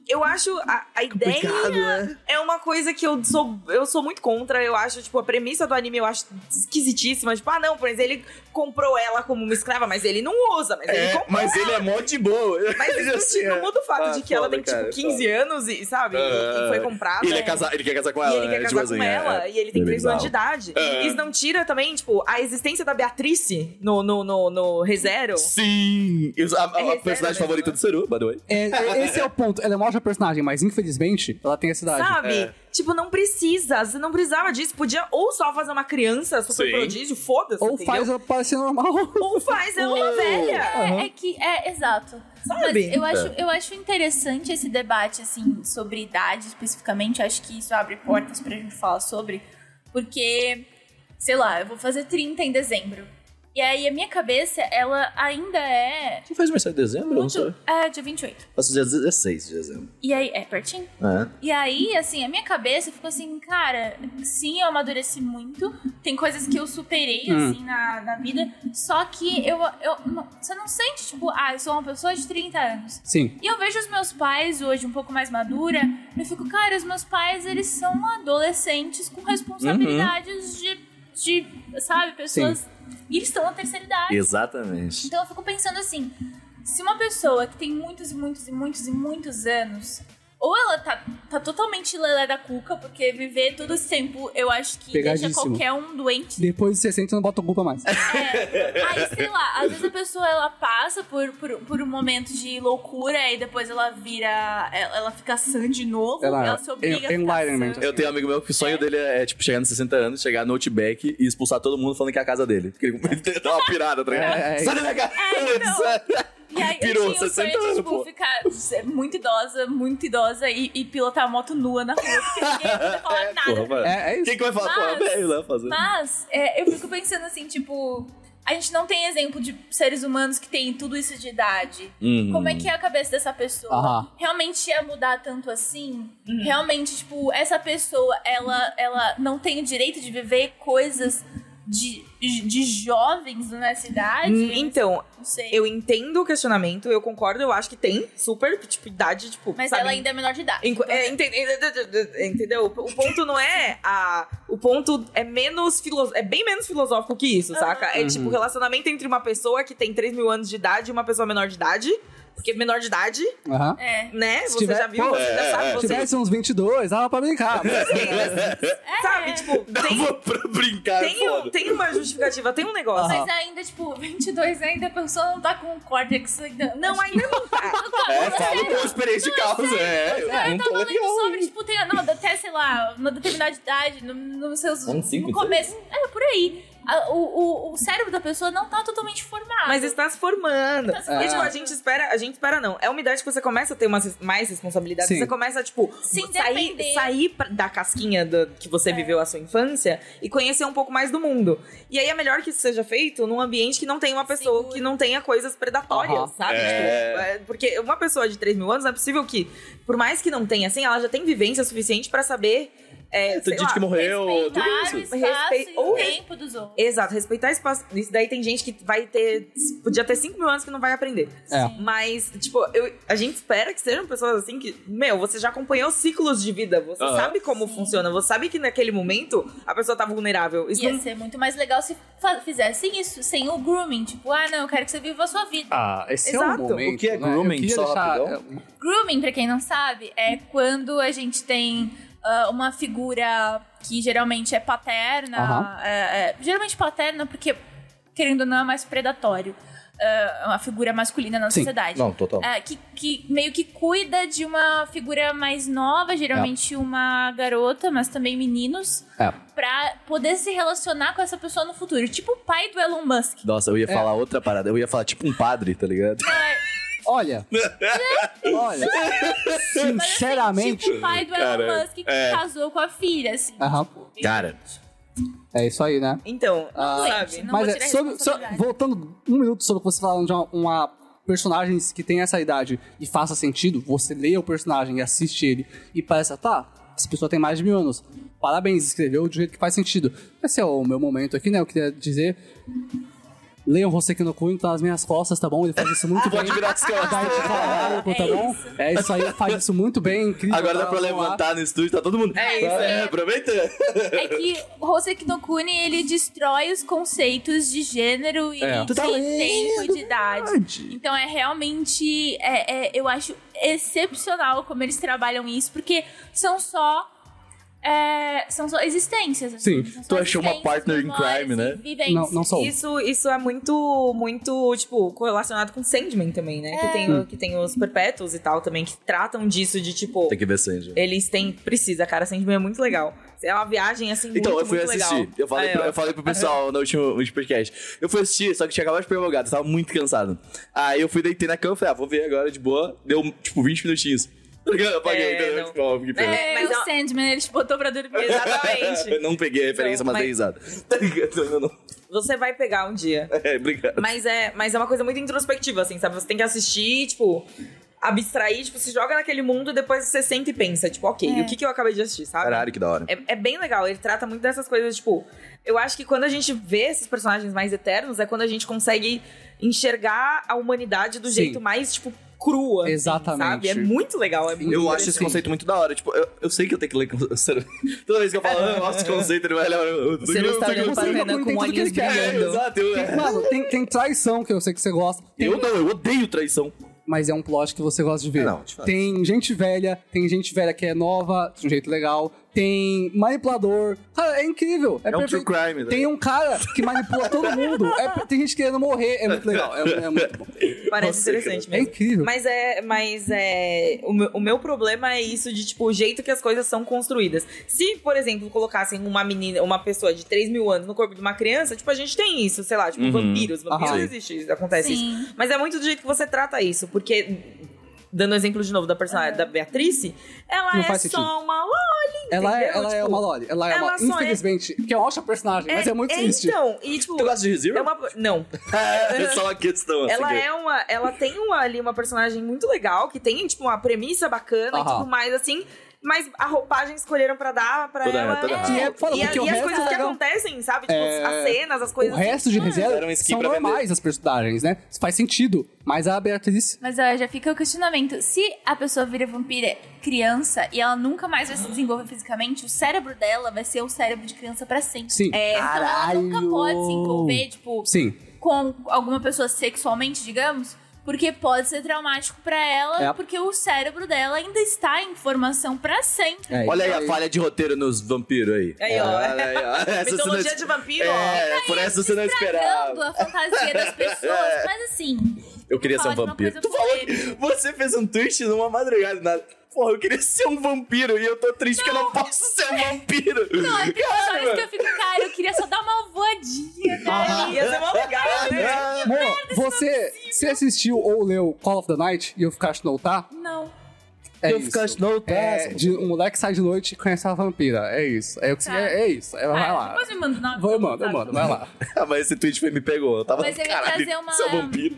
Eu acho a, a ideia
né?
é uma coisa que eu sou, eu sou muito contra. Eu acho, tipo, a premissa do anime eu acho esquisitíssima. Tipo, ah, não, pois ele comprou ela como uma escrava, mas ele não usa, mas ele
É,
comprou.
mas ele é mó de boa.
Mas isso não
Assim,
te- não
é.
muda o fato
Ah,
de que ela
foda,
tem,
cara,
tipo, 15 anos e, sabe? e-
Ah,
e foi comprada.
E ele, é casar, ele quer casar com
né? E
ela.
ele quer
né? Tipo
casar com
assim, é,
ela, então.
é.
e ele tem
É
3
bizarro.
anos de idade.
É.
Isso não tira também, tipo, a existência da Beatriz no, no, no, no ReZero.
Sim! Eu- a- a-
É
a,
reserva
personagem
mesmo,
favorita
né?
do Seru, by the way.
É, é, esse é o ponto. Ela é uma ótima personagem, mas infelizmente ela tem essa idade.
Sabe?
É.
Tipo, não precisa. Você não precisava disso. Podia ou só fazer uma criança super
Sim.
prodígio, foda-se.
Ou
entendeu?
faz ela parecer normal.
Ou faz, é uma
Mas
velha.
É, é que, é, exato.
Sabe?
Mas eu acho, eu acho interessante esse debate, assim, sobre idade especificamente. Acho que isso abre portas pra gente falar sobre. Porque, sei lá, eu vou fazer 30 em dezembro. E aí a minha cabeça, ela ainda é.
Quem faz aniversário de dezembro? Eu não sei.
Muito, é, dia 28.
Faço dia 16 de dezembro.
E aí, é pertinho?
É.
E aí, assim, a minha cabeça ficou assim, cara, sim, eu amadureci muito. Tem coisas que eu superei, assim, na, na vida. Só que eu, eu não- você não sente, tipo, ah, eu sou uma pessoa de 30 anos.
Sim.
E eu vejo os meus pais hoje um pouco mais madura, eu fico, cara, os meus pais, eles são adolescentes com responsabilidades de, de, sabe, pessoas. E eles estão na terceira idade.
Exatamente.
Então eu fico pensando assim: se uma pessoa que tem muitos e muitos e muitos e muitos anos, ou ela tá, tá totalmente lelé da cuca, porque viver todo esse tempo eu acho que deixa
Pegadíssimo.
qualquer um doente.
Depois de 60 não bota culpa
[LAUGHS]
mais.
É. Aí, sei lá, às vezes a pessoa ela passa por, por, por um momento de loucura e depois ela vira. Ela, ela fica sã de novo, ela,
Ela-
se obriga
en-
a
enlightenment.
ficar sã.
Eu tenho um amigo meu que o sonho dele é, tipo, chegar nos 60 anos, chegar no Outback e expulsar todo mundo falando que é a casa dele. Porque ele [LAUGHS] dá uma pirada, tá ligado?
É, é, é.
Sai da minha casa!
É, então.
[LAUGHS] Sai!
E aí assim,
Pirou,
eu tinha o
60
sonho de,
anos,
tipo,
pô.
ficar muito idosa, muito idosa e, e pilotar a moto nua na rua, porque ninguém vai
[LAUGHS]
falar nada.
Porra, mano.
É, é isso.
Quem que vai falar? Porra,
Mas-
velho, lá fazer.
Mas é, eu fico pensando assim, tipo, a gente não tem exemplo de seres humanos que têm tudo isso de idade.
Hum.
Como
[LAUGHS]
é que é a cabeça dessa pessoa?
Aham.
Realmente ia mudar tanto assim? Realmente, tipo, essa pessoa, ela, ela não tem o direito de viver coisas de, de jovens nessa idade?
Hum, Então,
não sei.
eu entendo o questionamento, eu concordo, eu acho que tem super, tipo, idade, tipo.
Mas
sabe,
ela ainda é menor de idade.
Enqu-
então-
é, enten- entendeu? O ponto não é a. O ponto é menos filo, é bem menos filosófico que isso, saca? É tipo o relacionamento entre uma pessoa que tem 3 mil anos de idade e uma pessoa menor de idade. Porque menor de idade,
Aham.
É.
né?
Se
Você
tiver- É.
já viu,
Pô,
você já sabe.
Se
Você,
tivesse uns 22, dava pra
[LAUGHS]
brincar. mas-
sabe, tipo, tem,
Dava pra brincar,
tem, um-
foda.
tem uma justificativa, tem um negócio.
Mas ainda, tipo, 22 ainda a pessoa não tá com o córtex ainda.
Não,
Acho que-
ainda não tá.
É, falo com experiência de causa. É,
É, eu
não
tava
tô
lendo
legal.
sobre, tipo, tem, não, até, sei lá, uma determinada idade, no, no seus,
Uns cinco, então?
no começo. É, por aí. a- o, o- o cérebro da pessoa não tá totalmente formado.
Mas está se formando.
Tá se
E, tipo,
formando.
a gente espera, a gente espera não. É uma idade que você começa a ter umas, res- mais responsabilidades.
Sim.
Você começa, tipo,
Se
sair,
entender.
sair pra- da casquinha da- que você viveu a sua infância e conhecer um pouco mais do mundo. E aí é melhor que isso seja feito num ambiente que não tenha uma pessoa
Seguro.
que não tenha coisas predatórias,
Aham.
sabe? Tipo, é, porque uma pessoa de 3 mil anos, não é possível que, por mais que não tenha, assim, ela já tem vivência suficiente pra saber. É,
Tem
sei
gente
lá,
que morreu, tudo
Respeitar o
isso.
espaço
Respe-
e o
ou-
tempo dos outros.
Exato, respeitar espaço. Isso daí tem gente que vai ter. Podia ter 5 mil anos que não vai aprender.
É.
Mas, tipo, eu- a gente espera que sejam pessoas assim que. Meu, você já acompanhou os ciclos de vida. Você
Aham.
sabe como funciona. Você sabe que naquele momento a pessoa tá vulnerável. Isso
Ia
não-
ser muito mais legal se fa- fizessem isso, sem o grooming. Tipo, ah, não, eu quero que você viva a sua vida.
Ah, esse é
Exato.
o momento.
O que é
né? Eu
grooming,
queria
só
deixar-
rapidão?
Grooming, pra quem não sabe, é quando a gente tem ah, uma figura que geralmente é paterna.
Aham.
é- é- geralmente paterna, porque, querendo ou não, é mais predatório. ah, uma figura masculina na
Sim.
sociedade.
Não, total.
Ah, que, que meio que cuida de uma figura mais nova, geralmente uma garota, mas também meninos,
É.
pra poder se relacionar com essa pessoa no futuro. Tipo o pai do Elon Musk.
Nossa, eu ia falar outra parada. Eu ia falar tipo um padre, tá ligado?
Olha.
[LAUGHS]
olha. Sinceramente.
Tipo o pai do Elon
Cara,
Musk que casou com a filha, assim.
Aham.
Cara,
É isso aí, né?
Então,
Ah.
sabe?
Não
Mas
vou
é,
tirar
sobre,
responsabilidade.
so- voltando um minuto sobre o que você falando de uma, uma personagens que tem essa idade e faça sentido, você lê o personagem e assiste ele e parece, tá, essa pessoa tem mais de mil anos. Parabéns, escreveu de um jeito que faz sentido. Esse é o meu momento aqui, né? Eu queria dizer. Leiam Hoseki no Kun, tá nas minhas costas, tá bom? Ele faz isso muito
[LAUGHS]
bem.
pode virar as
Dá
costas.
de falar, tá bom? É isso aí, faz isso muito bem, incrível.
Agora
tá,
dá pra
vamos lá.
levantar no estúdio, tá todo mundo.
É isso.
É, aproveita.
É que Hoseki no Kuni, ele destrói os conceitos de gênero e
É.
de
tá
tempo e de idade. Então é realmente, é, é, eu acho excepcional como eles trabalham isso, porque são só... é, são só existências. assim,
Sim.
são só
Tu achou uma
existências,
partner in
memórias
crime,
e
né?
vivências.
Não, não sou.
Isso, isso é muito, muito, tipo, correlacionado com Sandman também, né? Que, tem, o- que tem os perpétuos e tal também, que tratam disso de, tipo,
Tem que ver Sanji.
eles têm. Precisa, cara, Sandman é muito legal. É uma viagem, assim,
Então,
muito,
eu fui
muito
assistir.
legal.
Eu, falei
É,
pra-
ó.
eu falei pro pessoal no último, último podcast. Eu fui assistir, só que tinha acabado de pegar meu gato, eu tava muito cansado. Aí eu fui deitei na cama e falei, ah, vou ver agora de boa. Deu tipo 20 minutinhos. Tá ligado? Eu apaguei,
É,
entendeu?
não.
Tipo, ó, que pena.
É,
Mas
o
é uma-
Sandman, ele te botou pra dormir.
[LAUGHS]
Exatamente.
não peguei a referência,
Não,
mas dei risada. [LAUGHS] Tá ligado? Não, não.
Você vai pegar um dia.
É, obrigado.
Mas é, mas é uma coisa muito introspectiva, assim, sabe? Você tem que assistir, tipo, abstrair, tipo, se joga naquele mundo e depois você senta e pensa, tipo, ok, o que, que eu acabei de assistir, sabe?
Caralho, que da hora.
É, é bem legal, ele trata muito dessas coisas, tipo, eu acho que quando a gente vê esses personagens mais eternos, é quando a gente consegue enxergar a humanidade do
Sim.
jeito mais, tipo, crua. assim,
Exatamente.
Sabe? É muito legal, é muito
Eu acho esse
interessante.
conceito muito da hora. Tipo, eu, eu sei que eu tenho que ler. con- [LAUGHS] Toda vez que eu falo, ah, eu gosto de conceito, ele vai levar.
Você não está olhando pra
Você não tem
Renan com
tudo que
olhinhos
ele quer,
É,
brilhando.
exato. Eu,
Tem- Mano, tem, tem traição que eu sei que você gosta. Tem
eu não, eu odeio traição.
mas é um plot que você gosta de ver.
É, não, de fato.
tem gente velha, tem gente velha que é nova, de um jeito legal, tem manipulador. Cara, é incrível. É,
É um
perfeito.
true crime, né?
Tem um cara que manipula todo mundo. É- tem gente querendo morrer. É muito legal. É, é muito bom.
Parece
Nossa,
interessante
É
mesmo.
incrível.
Mas é. Mas é. O meu, o meu problema é isso de, tipo, o jeito que as coisas são construídas. Se, por exemplo, colocassem uma menina, uma pessoa de 3 mil anos no corpo de uma criança, tipo, a gente tem isso, sei lá, tipo,
Uhum.
vampiros. Vampiros
Aham.
existe, isso, acontece isso.
Sim.
Mas é muito do jeito que você trata isso, porque. Dando exemplo de novo da personagem da Beatrice, ela
Não
é só
faz sentido.
uma Loli,
ela é,
entendeu?
ela é
Tipo,
uma Loli. Ela é
ela
uma,
só é-
infelizmente, que é uma ótima personagem, mas é muito triste.
Então, e tipo.
Tu gosta de
É
Zero?
[LAUGHS] uma. Não.
É só uma questão. assim,
Ela
que-
é uma. Ela tem uma, ali uma personagem muito legal, que tem, tipo, uma premissa bacana e
Aham.
tudo mais, assim. Mas a roupagem que escolheram pra dar pra
Toda-
ela.
toda
é,
errada.
E é foda,
e, a-
porque o
e as
resto
coisas
é
que
legal.
acontecem, sabe? Tipo,
É,
as cenas, as
O
coisas. assim.
resto de reserva
Deram um skin
são
pra vender.
normais as personagens, né? Isso faz sentido. Mas a Beatriz.
Mas ó, já fica o questionamento. Se a pessoa vira vampira criança e ela nunca mais vai se desenvolver fisicamente, o cérebro dela vai ser o cérebro de criança pra sempre.
Sim.
É, então ela nunca
Caralho.
pode se envolver, tipo,
Sim.
com alguma pessoa sexualmente, digamos, porque pode ser traumático pra ela,
É.
porque o cérebro dela ainda está em formação pra sempre.
É
Olha aí
isso
a falha de roteiro nos vampiros aí.
Aí, ó.
Olha aí, ó. Essa você
Mitologia
não-
de vampiro, ó.
É, por essa você não
Cagando
esperava. É.
a fantasia
[LAUGHS]
das pessoas, mas assim,
Eu queria ser um
Fala de uma
vampiro.
coisa
Tu falou que
polêmica.
você fez um tweet numa madrugada. Na... Porra, eu queria ser um vampiro e eu tô triste que eu não posso ser um vampiro.
é Não, é porque só isso que eu fico, cara, eu queria só dar uma pegadinha, cara.
É,
[LAUGHS]
Ia ser mó legal, né?
Amor, você, você assistiu ou leu Call of the Night e eu ficar não tá?
Não.
É
eu
isso.
ficar não tá.
É, de, um moleque sai de noite e conhece uma vampira. É isso. É, o que você-
Tá.
é, é isso. É, vai
Ah,
lá.
Depois me manda na
Vou, eu mando, eu mando. Vai lá.
Ah, mas esse tweet foi- me pegou. Eu tava.
Mas eu ia
"Caralho,
trazer uma-
Seu vampiro.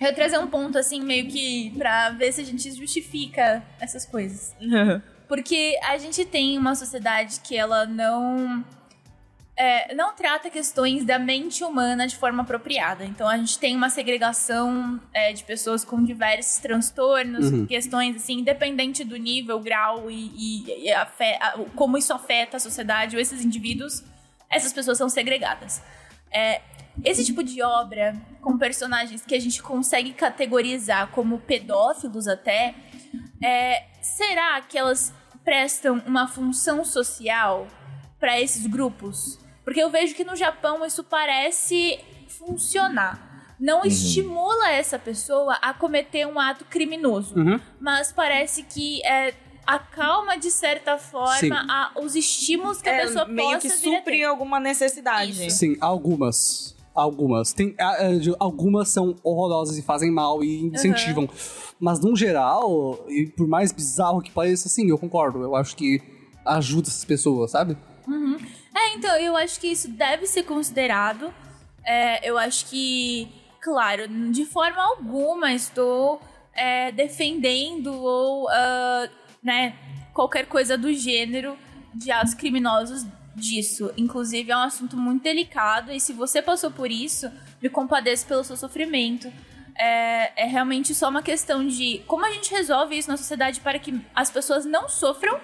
Eu ia trazer um ponto, assim, meio que pra ver se a gente justifica essas coisas.
né?
Porque a gente tem uma sociedade que ela não. é, não trata questões da mente humana de forma apropriada. Então a gente tem uma segregação é, de pessoas com diversos transtornos,
Uhum.
questões assim, independente do nível, grau e, e- e afe- a- como isso afeta a sociedade ou esses indivíduos, essas pessoas são segregadas. É, esse tipo de obra, com personagens que a gente consegue categorizar como pedófilos até, é, será que elas prestam uma função social para esses grupos? Porque eu vejo que no Japão isso parece funcionar. Não estimula essa pessoa a cometer um ato criminoso,
Uhum.
mas parece que é, acalma de certa
Sim.
forma a- os estímulos que a
É,
pessoa
meio
possa
que
vir a ter.
supre alguma necessidade.
Isso.
Sim, algumas. Algumas. Tem, ah, ah, de- algumas são horrorosas e fazem mal e incentivam. Mas, no geral, e por mais bizarro que pareça, sim, eu concordo. Eu acho que ajuda essas pessoas, sabe?
É, então, eu acho que isso deve ser considerado. É, eu acho que, claro, de forma alguma estou é, defendendo ou, ah, né, qualquer coisa do gênero de atos criminosos disso. Inclusive, é um assunto muito delicado e se você passou por isso, me compadeço pelo seu sofrimento. É, é realmente só uma questão de como a gente resolve isso na sociedade para que as pessoas não sofram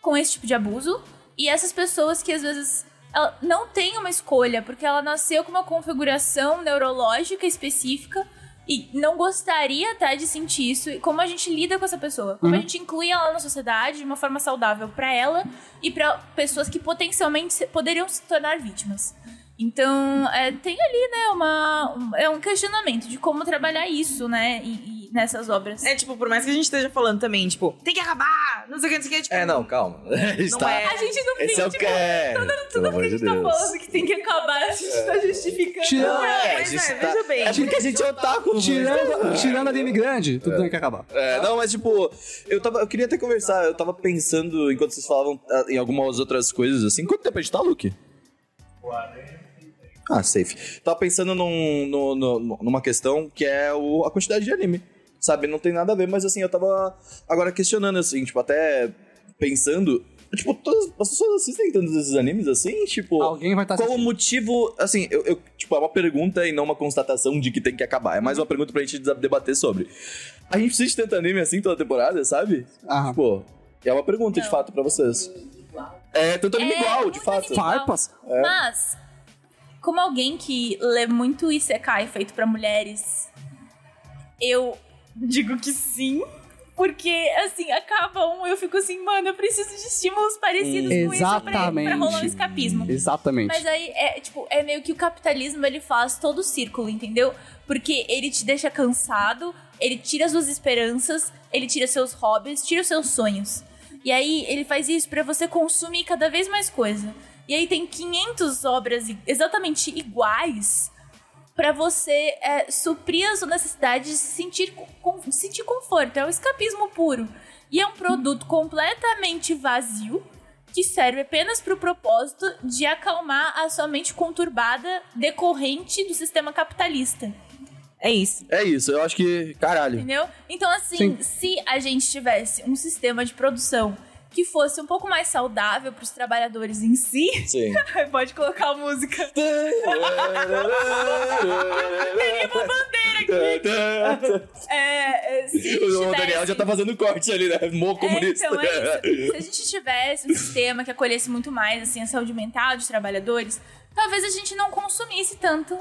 com esse tipo de abuso e essas pessoas que às vezes ela não tem uma escolha, porque ela nasceu com uma configuração neurológica específica e não gostaria até de sentir isso. E como a gente lida com essa pessoa?
Uhum.
Como a gente inclui ela na sociedade de uma forma saudável pra ela e pra pessoas que potencialmente se- poderiam se tornar vítimas. Então, é, tem ali, né, uma, um- é um questionamento de como trabalhar isso, né, e- e nessas obras.
É, tipo, por mais que a gente esteja falando também, tipo, tem que acabar, não sei o que, não sei o que, tipo,
É, não, [LAUGHS] calma.
não é.
A gente não
Esse é o
finge
que é. Pelo
tudo que
amor
a
de
gente tá
Deus.
falando que tem que acabar, a gente tá justificando.
Tirando,
É,
a
mas
gente
é,
tá-
veja bem.
É porque a gente é otaku, mano.
Tirando, tirando a Demi Grande, tudo tem que acabar.
É, não, mas tipo, eu, tava, eu queria até conversar, eu tava pensando enquanto vocês falavam ah, em algumas outras coisas, assim. Quanto tempo a gente tá, Luke? Ah, safe. Tava pensando num- no- no- numa questão que é o- a quantidade de anime. Sabe, não tem nada a ver, mas assim, eu tava agora questionando, assim, tipo, até pensando. Tipo, todas as pessoas assistem tantos esses animes assim, tipo.
Alguém vai tá estar
Qual o motivo, assim, eu, eu- tipo, é uma pergunta e não uma constatação de que tem que acabar. É mais uma pergunta pra gente desa- debater sobre. A gente precisa de tanto anime assim toda temporada, sabe?
Ah,
Pô, é uma pergunta de
Não.
fato pra vocês. É, tanto anime
É,
igual, de
muito
fato.
anime.
farpas?
Mas, como alguém que lê muito Isekai feito pra mulheres, eu digo que sim. Porque, assim, acaba um, eu fico assim, mano, eu preciso de estímulos parecidos com isso pra,
Exatamente.
pra rolar um escapismo.
Exatamente.
Mas aí, é, tipo, é meio que o capitalismo, ele faz todo o círculo, entendeu? Porque ele te deixa cansado, ele tira suas esperanças, ele tira seus hobbies, tira os seus sonhos. E aí, ele faz isso pra você consumir cada vez mais coisa. E aí tem 500 obras i- exatamente iguais pra você é, suprir a sua necessidade de se sentir, co- com, de sentir conforto. É um escapismo puro. E é um produto completamente vazio que serve apenas para o propósito de acalmar a sua mente conturbada decorrente do sistema capitalista.
É isso.
É isso, eu acho que. Caralho.
Entendeu? Então, assim, se a gente tivesse um sistema de produção que fosse um pouco mais saudável para os trabalhadores em si,
[LAUGHS] Sim.
[LAUGHS] pode colocar
[LAUGHS]
a música. É, é, se
[LAUGHS] O Daniel
tivesse-
já tá fazendo corte ali, né? Mo comunista.
É, então é isso. Se a gente tivesse um sistema que acolhesse muito mais assim, a saúde mental dos trabalhadores, talvez a gente não consumisse tanto.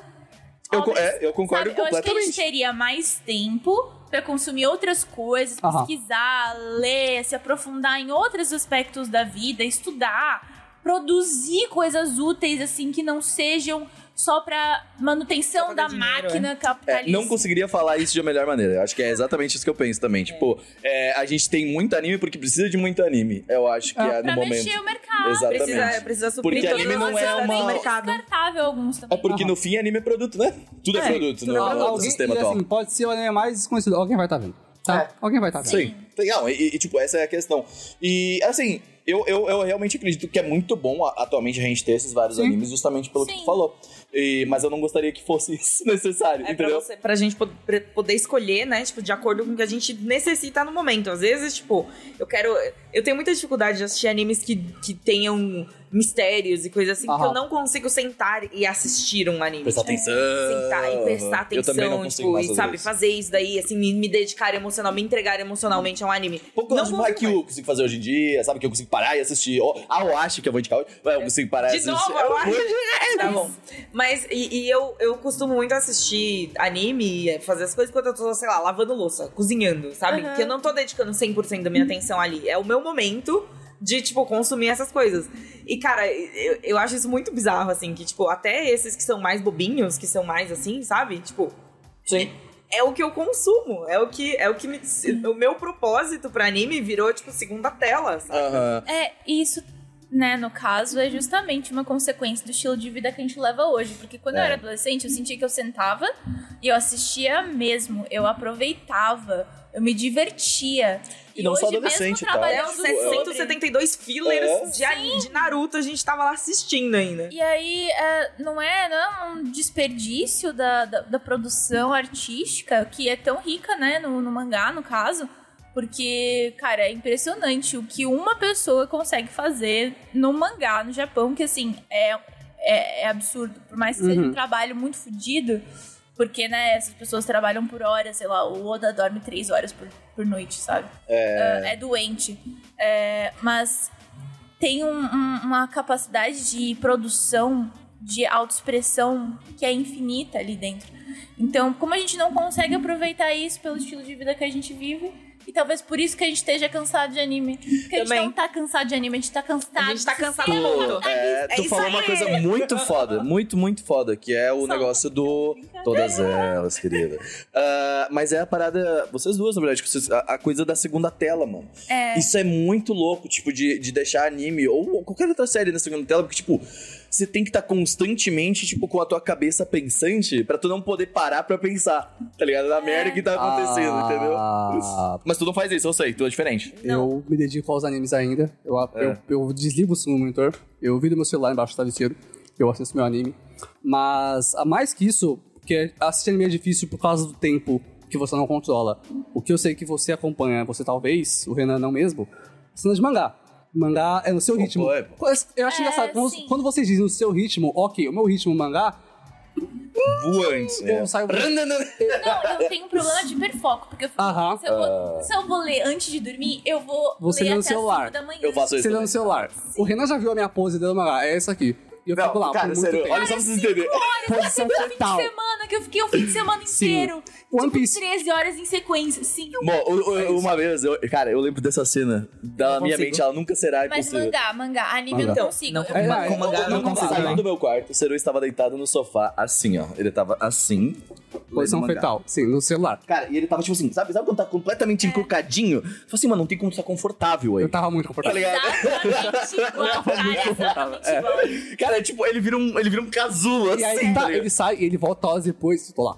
Eu co-
obras,
é, eu concordo
sabe? Eu acho que a gente
completamente.
teria mais tempo pra consumir outras coisas,
Aham.
pesquisar, ler, se aprofundar em outros aspectos da vida, estudar. produzir coisas úteis, assim, que não sejam só pra manutenção
Só pra
da
dar dinheiro,
máquina
É,
capitalista.
não conseguiria falar isso de uma melhor maneira. Eu acho que é exatamente isso que eu penso também. Tipo, é, a gente tem muito anime porque precisa de muito anime. Eu acho que é no
Ah, pra
momento.
mexer o mercado.
Exatamente.
Precisa, precisa suprir
Porque
todas
anime
as
não é
necessidades
uma-
do mercado.
Descartável alguns também.
É porque no fim anime é produto, né? Tudo é,
É,
produto
tudo
no,
é
no
produto.
Alguém,
sistema
e,
atual.
assim, pode ser o anime mais desconhecido. Alguém vai estar vendo. Tá?
É.
Alguém vai estar
assim,
vendo.
Sim. Legal, e, e, tipo, essa é a questão. E assim, eu, eu, eu realmente acredito que é muito bom a- atualmente a gente ter esses vários
Sim.
animes, justamente pelo que
Sim.
tu falou. E- mas eu não gostaria que fosse [LAUGHS] isso necessário,
É pra,
entendeu?
você, pra gente po- pra poder escolher, né? Tipo, de acordo com o que a gente necessita no momento. Às vezes, tipo, eu quero. Eu tenho muita dificuldade de assistir animes que, que tenham mistérios e coisas assim, porque
Aham.
eu não consigo sentar e assistir um anime.
Prestar atenção.
Sentar e prestar
Eu
atenção,
também não consigo
tipo,
mais
e
fazer
sabe,
isso.
fazer isso daí, assim, me, me dedicar emocional, me entregar emocionalmente a um anime.
Pouco
não
de
consigo
que eu consigo fazer hoje em dia, sabe? Que eu consigo parar e assistir. Ó, Ah, eu acho que eu vou indicar hoje. Ué, Eu consigo parar e
De
assistir.
novo,
É
eu acho.
muito-
Tá bom. Mas, e, e eu, eu costumo muito assistir anime, eh, fazer as coisas enquanto eu tô, sei lá, lavando louça, cozinhando, sabe?
Aham.
Que eu não tô dedicando 100% da minha atenção ali. É o meu momento de, tipo, consumir essas coisas. E, cara, eu, eu acho isso muito bizarro, assim, que, tipo, até esses que são mais bobinhos, que são mais assim, sabe? Tipo.
Sim.
É o que eu consumo, é o que é o que me, o meu propósito pra anime virou tipo segunda tela, sabe?
Aham.
É, e isso, né, no caso, é justamente uma consequência do estilo de vida que a gente leva hoje. Porque quando eu
É.
era adolescente, eu sentia que eu sentava e eu assistia mesmo, eu aproveitava, eu me divertia.
E não só
hoje, mesmo
adolescente, tá?
É
trabalhando
os
sobre-
672 fillers
É.
de, ani- de Naruto, a gente tava lá assistindo ainda.
E aí, é, não, é, não é um desperdício da, da, da produção artística, que é tão rica, né, no, no mangá, no caso. Porque, cara, é impressionante o que uma pessoa consegue fazer no mangá no Japão, que, assim, é, é, é absurdo. Por mais que seja
Uhum.
um trabalho muito fodido, porque, né, essas pessoas trabalham por horas, sei lá, o Oda dorme três horas por, por noite, sabe? É, é doente. É, mas tem um- um- uma capacidade de produção, de autoexpressão que é infinita ali dentro. Então, como a gente não consegue aproveitar isso pelo estilo de vida que a gente vive, e talvez por isso que a gente esteja cansado de anime. Porque a gente
Também.
não tá cansado de anime, a gente tá cansado.
A gente tá
de
cansado
ser
ponto.
É, tu
isso
falou
aí.
uma coisa muito foda, muito, muito foda, que é o
Só.
negócio do. Todas elas, querida. Ah, mas é a parada. Vocês duas, na verdade, que vocês- a, a coisa da segunda tela, mano.
É.
Isso é muito louco, tipo, de, de deixar anime ou qualquer outra série na segunda tela, porque, tipo, você tem que estar constantemente, tipo, com a tua cabeça pensante pra tu não poder parar pra pensar, tá ligado? Na merda que tá acontecendo, entendeu?
Ah,
Mas tu não faz isso, eu sei, tu é diferente.
Eu me dedico aos animes ainda. Eu,
É.
eu, eu desligo o som do monitor. Eu viro meu celular embaixo do travesseiro. Eu assisto meu anime. Mas, a mais que isso, porque assistir anime é difícil por causa do tempo que você não controla. O que eu sei que você acompanha, você talvez, o Renan não mesmo, assina de mangá. Mangá é no seu ritmo.
é, pô.
Eu acho
É,
engraçado, quando,
sim.
quando vocês dizem o seu ritmo, ok, o meu ritmo mangá,
Voante. né?
eu saio...
Não, eu tenho um problema de hiperfoco, porque eu fico,
Aham.
se, eu
Ah.
vou, se eu vou ler antes de dormir, eu vou
Você
ler
lê no
até
celular.
as 5 da manhã.
Eu
[LAUGHS]
faço isso.
Você lê no
também.
celular. O Renan já viu a minha pose dele no mangá, é essa aqui. E eu fico lá
Não,
por
cara,
muito
sério,
tempo.
olha só pra vocês entenderem.
posição
fim
fetal.
de semana, que eu fiquei o fim de semana
Sim.
inteiro.
One
tipo,
Piece.
13 horas em sequência, sim.
Bom, o- o- uma vez, eu- cara, eu lembro dessa cena. Da
Não
minha
consigo.
mente, ela nunca será
Mas
impossível.
mangá, mangá, anime eu
Mangá.
não consigo.
Não,
Eu-
É,
Ah,
com
é,
mangá
eu
não
não
consigo.
consigo.
né?
Saindo do meu quarto, o Seru estava deitado no sofá, assim, ó. Ele tava assim.
Posição
lendo mangá.
fetal, sim, no celular.
Cara, e ele tava tipo assim, sabe? Sabe quando tá completamente encucadinho? Falei assim, mano, não tem como estar confortável aí.
Eu tava muito
Tá
confortável.
ligado?
Exatamente igual, cara, exatamente igual.
é
Cara, tipo, ele vira um, ele vira um casulo, assim,
E aí
tá
tá,
ligado?
ele sai e ele volta horas depois, tô lá.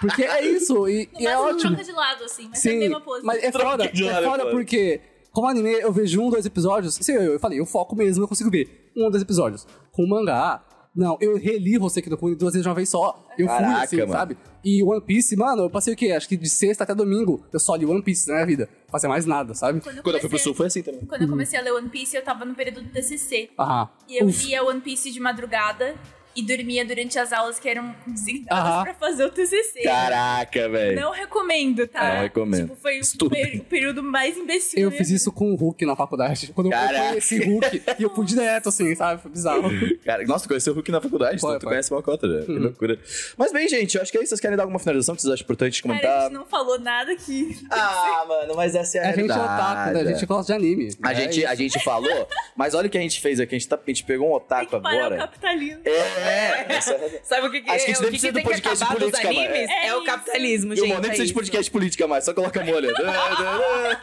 Porque é isso, [LAUGHS] e,
No
e é
máximo,
ótimo.
troca de lado, assim, mas é a
Sim,
mesma pose.
mas é foda,
de
é
lado,
foda
pô.
porque como anime eu vejo um, dois episódios, sim, eu, eu falei, eu foco mesmo, eu consigo ver um, dois episódios. Com mangá, não, eu reli Hoseki no Kuni duas vezes de uma vez só. Eu
Caraca,
fui assim,
mano.
sabe? E One Piece, mano, eu passei o quê? Acho que de sexta até domingo eu só li One Piece na minha vida. Não fazia mais nada, sabe?
Quando eu fui pro
comecei-
sul, foi assim também.
Hum.
Quando eu comecei a ler One Piece, eu tava no período do TCC.
Aham.
E eu
Uf.
lia One Piece de madrugada. e dormia durante as aulas que eram designadas
Aham.
pra fazer o TCC.
Caraca, velho.
Não recomendo, tá?
Não recomendo.
Tipo, foi o
Estudem.
per- período mais imbecil.
Eu
né?
fiz isso com o Hulk na faculdade. Quando eu
Caraca.
conheci o Hulk, e eu fui direto, assim, sabe? Foi bizarro.
Cara, nossa, conheceu o Hulk na faculdade,
Foi,
então tu
foi. Uhum.
conhece mal cota, né? Que loucura. Mas bem, gente, eu acho que é isso. Vocês querem dar alguma finalização que vocês acham importante
Cara,
comentar?
a gente não falou nada que.
Ah, mano, mas essa é
A gente é otaku, né? A gente gosta de anime.
A gente, a gente falou, mas olha o que a gente fez aqui. A gente, tá, a gente pegou um
Tem
otaku
que parar o
agora.
capitalismo.
É, essa é a realidade.
Sabe o que, que,
Acho que a gente
é,
nem
o que,
precisa
que
do
tem que
podcast de
acabar dos
política, mas-
animes?
É
É, o
isso.
E
capitalismo,
o
gente.
momento
é
precisa de
isso.
podcast política mais, só coloca a molha. [LAUGHS]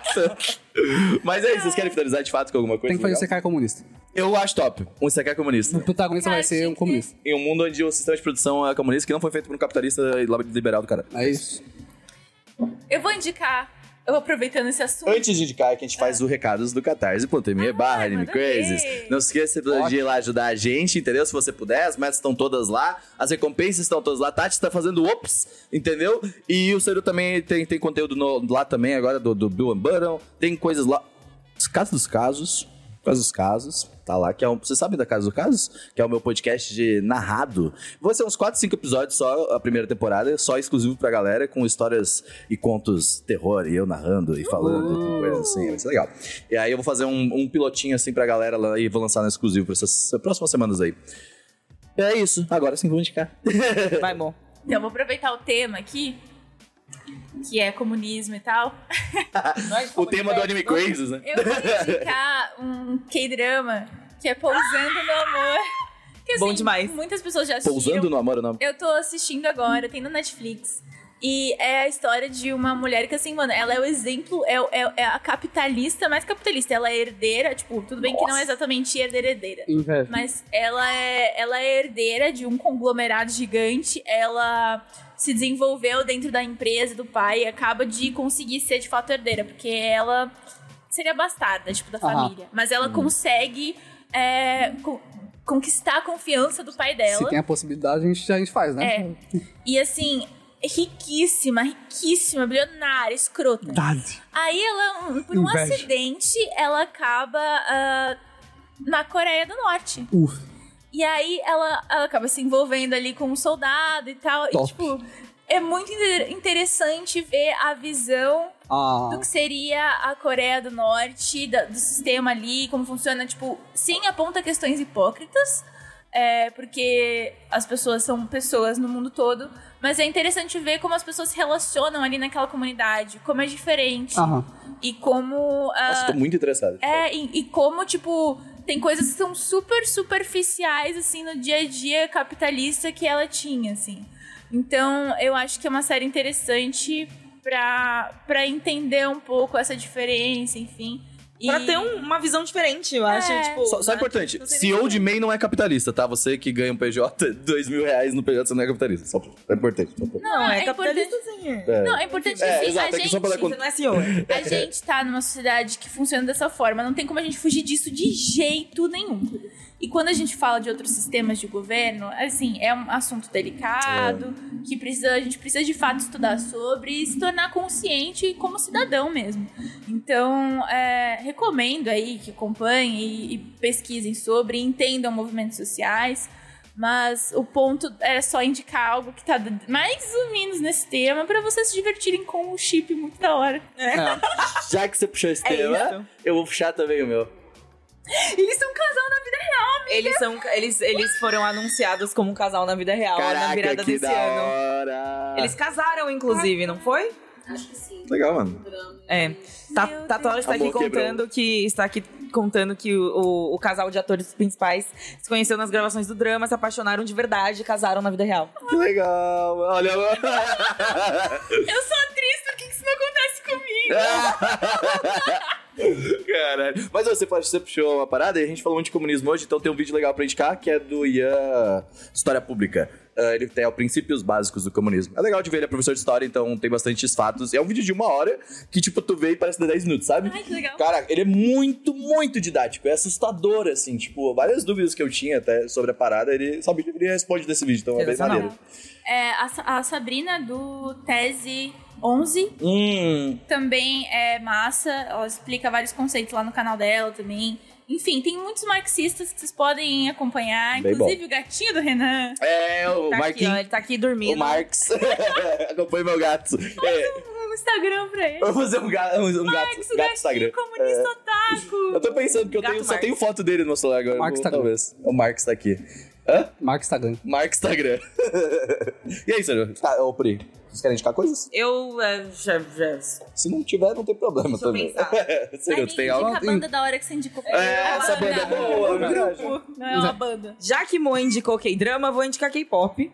Mas é isso, vocês querem finalizar de fato com alguma coisa?
Tem que fazer o
legal?
CK comunista.
Eu acho top. Um CK comunista.
O protagonista
Cara,
vai ser
tinha
um
que-
comunista.
Em um mundo onde o sistema de produção é comunista, que não foi feito por um capitalista liberal do cara.
É isso.
Eu vou indicar, eu vou aproveitando esse assunto.
Antes de Ah. indicar que a gente faz o recados do catarse.me barra
Ah,
anime
manda ver.
crazes. Não se esqueça de ir lá ajudar a gente, entendeu? Se você puder, as metas estão todas lá, as recompensas estão todas lá. Tati está fazendo ops, entendeu? E o Seru também tem, tem conteúdo no- lá também agora do, do Bill and Button. Tem coisas lá. Os casos dos casos. Casa dos Casos, tá lá, que é um. Você sabe da Casa dos Casos? Que é o meu podcast de narrado. Vão ser uns 4, 5 episódios só, a primeira temporada, só exclusivo pra galera, com histórias e contos terror, e eu narrando e falando, com coisas assim, vai ser legal. E aí eu vou fazer um, um pilotinho assim pra galera lá e vou lançar no exclusivo pra essas próximas semanas aí. É isso, agora sim vou indicar.
Vai, amor.
Então, eu vou aproveitar o tema aqui, que é comunismo e tal.
O tema do Anime Crazes, né? [LAUGHS]
Eu vou indicar um K-drama que é Pousando no Amor. Que, assim,
Bom demais.
Muitas pessoas já assistiram.
Pousando no amor, o nome.
Eu tô assistindo agora, tem no Netflix. E é a história de uma mulher que, assim, mano, ela é o exemplo, é, é- é a capitalista mais capitalista. Ela é herdeira, tipo, tudo bem que não é exatamente herdeira, herdeira.
Inveja.
Mas ela é, ela é herdeira de um conglomerado gigante, ela se desenvolveu dentro da empresa do pai e acaba de conseguir ser de fato herdeira, porque ela seria bastarda, tipo, da
Aham. Uhum.
família. Mas ela consegue é, con- conquistar a confiança do pai dela.
Se tem a possibilidade, a gente, a gente faz, né?
É. E assim, riquíssima, riquíssima, bilionária, escrota.
Verdade.
Aí ela, um- por um
Inveja.
acidente, ela acaba ah, na Coreia do Norte.
Uf.
E aí ela, ela acaba se envolvendo ali com um soldado e tal.
Top.
E tipo, é muito inter- interessante ver a visão
Ah,
do que seria a Coreia do Norte, da- do sistema ali, como funciona, tipo, sim, aponta questões hipócritas, é, porque as pessoas são pessoas no mundo todo, mas é interessante ver como as pessoas se relacionam ali naquela comunidade, como é diferente
aham.
e como. ah,
Nossa, tô muito interessado.
é, e, e como, tipo, tem coisas que são super superficiais, assim, no dia a dia capitalista que ela tinha, assim. Então, eu acho que é uma série interessante pra, pra entender um pouco essa diferença, enfim. E...
Pra ter um- uma visão diferente, eu acho.
É.
Tipo,
Só, só
né?
importante,
Não sei nem
CEO
como.
de MEI não é capitalista, tá? Você que ganha um PJ, [LAUGHS] dois mil reais no PJ, você não é capitalista. Só, é importante. só pra-
Não,
Não,
é,
é capitalista
importante.
sim. é.
É.
Não, é importante
É,
assim,
exato,
a
é que
gente,
só pra dar
Você não é CEO.
a gente tá numa sociedade que funciona dessa forma, não tem como a gente fugir disso de jeito nenhum. E quando a gente fala de outros sistemas de governo, assim, é um assunto delicado, que precisa, a gente precisa de fato estudar sobre e se tornar consciente como cidadão mesmo. Então, é, recomendo aí que acompanhem e, e pesquisem sobre, entendam movimentos sociais. Mas o ponto é só indicar algo que tá mais ou menos nesse tema pra vocês se divertirem com um chip muito da hora.
É.
Já que você puxou esse tema, eu vou puxar também o meu.
Eles são um casal na vida real.
Eles, são, eles, eles foram anunciados como um casal na vida real na
Caraca,
virada
que
desse
da
ano.
hora!
Eles casaram, inclusive, não foi?
Acho que sim.
Legal, mano.
É. Ta- Tatola está aqui
Amor quebrou.
contando que está aqui contando que o, o- o casal de atores principais se conheceu nas gravações do drama, se apaixonaram de verdade e casaram na vida real.
Que legal! Olha,
Eu sou atriz, por que que isso não acontece comigo?
É. Caralho. Mas você, pode- você puxou uma parada e a gente falou muito de comunismo hoje, então tem um vídeo legal pra indicar que é do Ian História Pública. Ah, ele tem ó, princípios básicos do comunismo. É legal de ver, ele é professor de história, então tem bastantes fatos. É um vídeo de uma hora que, tipo, tu vê e parece de 10 minutos, sabe?
Ai, que legal.
Cara, ele é muito, muito didático. É assustador, assim. Tipo, várias dúvidas que eu tinha até sobre a parada, ele, sabe, ele responde desse vídeo, então é bem
Sensacional.
maneiro.
É, a, Sa- a Sabrina do Tese 11.
Hum,
também é massa, ela explica vários conceitos lá no canal dela também. Enfim, tem muitos marxistas que vocês podem acompanhar,
Bem
inclusive o gatinho do Renan.
é, o
Tá aqui, ó,
Marquinhos.
ele tá aqui
O
dormindo.
Marx. [LAUGHS] Acompanhe meu gato. É,
Um Instagram pra ele.
eu vou fazer um gato. Um um gato,
Marx, o
gato
gatinho
Instagram. É.
comunista otaku.
Eu tô pensando que eu
né? Gato
tenho, só
Marx.
tenho foto dele no meu celular agora.
Marx
vou-
Instagram.
Talvez. O Marx tá aqui.
Marca Instagram.
Marx Instagram. [LAUGHS] e aí, Sérgio? Ah, ô, Pri, vocês querem indicar coisas?
Eu é, já, já.
Se não tiver, não tem problema
Deixa eu
[LAUGHS] também.
pensar.
Sérgio, tu tem algo?
indica a banda da hora que você indicou pra
É,
ele.
essa banda
né?
é boa,
não,
verdade.
grupo, não é uma banda.
Já que Moa indicou K-drama, vou
[LAUGHS]
indicar K-pop.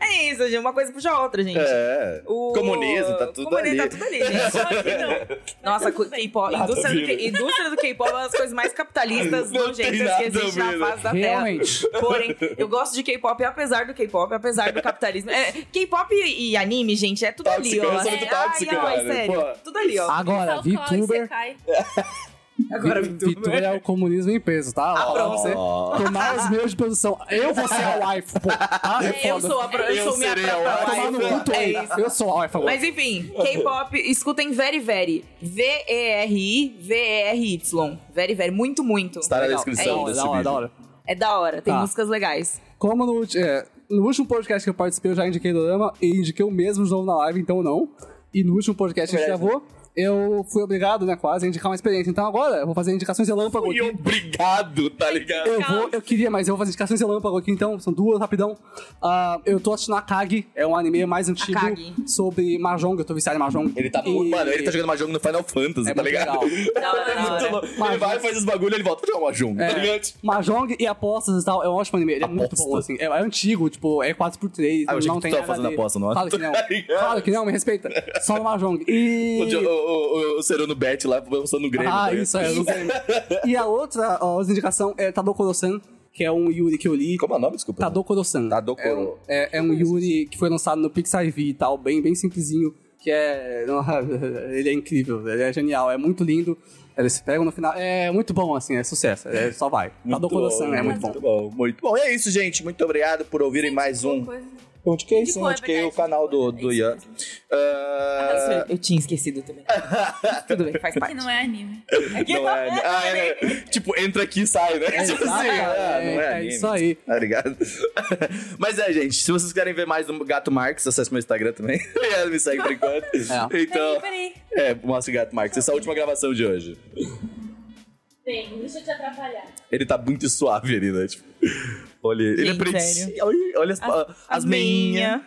é isso, gente. Uma coisa puxa a outra, gente.
É.
O-
Comunismo, tá tudo ali.
Comunismo, tá tudo ali,
[LAUGHS]
gente.
Só que não.
Nossa, co- K-pop,
Nada
indústria,
a
do
ver,
K- indústria do K-pop é uma das coisas mais capitalistas,
Não tem
nojentas
nada
que existe
a
na
ver, né?
face da Terra.
Realmente.
Porém, eu gosto de K-pop, apesar do K-pop, apesar do capitalismo. É, K-pop e anime, gente, é tudo ali,
Tóxico,
ó.
eu sou muito
É,
tóxico,
ai, ai,
velho,
sério.
pô.
Tudo ali,
Ah,
ó.
Agora,
Só o Cláudio
VTuber.
Sekai.
Agora,
Vi-
Vitor.
VTuber é o comunismo em peso, tá? Ó, pra
pronto.
você tomar os meios de produção. Eu vou ser a wife, pô. Tá? É
Eu
foda.
sou a pro- eu
Eu
sou minha
serei a
própria
Vai tomar no
wife.
cu, tu
É
aí.
isso.
Eu sou a wife. agora.
Mas enfim, K-pop, escutem Very Very. V-E-R-I, V-E-R-Y. Very Very, muito, muito.
Está na
Legal.
descrição.
É, isso.
desse
da hora,
vídeo.
da hora.
É da hora, tem
Tá.
músicas legais.
Como no, ulti- é, no último podcast que eu participei, eu já indiquei Dorama e indiquei o mesmo de novo na live, então não. E no último podcast que a gente gravou, eu fui obrigado, né, quase, a indicar uma experiência. Então agora eu vou fazer indicações relâmpago
[LAUGHS] E
aqui.
obrigado, tá ligado?
Eu vou, eu queria, mas eu vou fazer indicações relâmpago aqui, então, são duas, rapidão. Ah, eu tô assistindo Akagi, é um anime mais antigo
Akagi.
sobre Mahjong, eu tô viciado em Mahjong.
Ele tá.
E-
Mano, ele tá jogando Mahjong no Final Fantasy,
É
tá
muito
ligado? [LAUGHS]
legal.
Da hora, da
Muito
hora. É.
louco. Ele
Mahjong.
vai, faz os bagulho, ele volta pra jogar Mahjong, tá ligado?
É. Mahjong e apostas e tal, é um ótimo anime. Ele é muito
Aposta.
bom, assim. É, é antigo, tipo, é 4x3.
Ah, eu achei que
não
tu
tem
tava
nada
fazendo
dele.
aposta, não é?
Claro que
[LAUGHS]
não.
Tá ligado?
claro que não, me respeita. Só no Mahjong. E.
O, jo- o, o, o Serano Bet lá lançando no Grêmio. tá
[LAUGHS] ah,
ligado?
isso é, eu não sei. e a outra, ó, outra indicação é Tadokoro-san, que é um Yuri que eu li.
Como é o nome? Desculpa.
Tá Tadokoro-san.
Tadokoro.
É um, é, é um Yuri que foi lançado no Pixar V e tal, bem, bem simplesinho. Que é. [LAUGHS] Ele é incrível, ele é genial, é muito lindo. Eles se pegam no final. É muito bom, assim, é sucesso. É, só vai. Tadokoro-san é muito bom.
Muito bom, muito bom. E é isso, gente. Muito obrigado por ouvirem mais um. Eu indiquei sim,
Indicou,
eu
é
indiquei o
verdade,
canal do,
indicou.
do
É isso
Ian. Ah,
Eu tinha esquecido também.
[LAUGHS]
Tudo bem, faz
Que
parte.
não é anime.
não é. Ah, é,
[LAUGHS]
né? Tipo, entra aqui e sai, né?
É,
tipo
exato,
assim, ah,
é,
não
é
anime.
isso aí.
Obrigado. [LAUGHS] Mas é, gente, se vocês querem ver mais do Gato Marx, acesse meu Instagram também. [LAUGHS] Ela me segue por enquanto.
É.
Então,
Peraí,
é, mostra o Gato Marx. Essa é a última gravação de hoje.
peraí. Vem, deixa eu te atrapalhar.
Ele tá muito suave ali, né? Tipo, olha, ele é
Gente,
pretinho.
sério.
Olha, olha as,
A
as meinhas.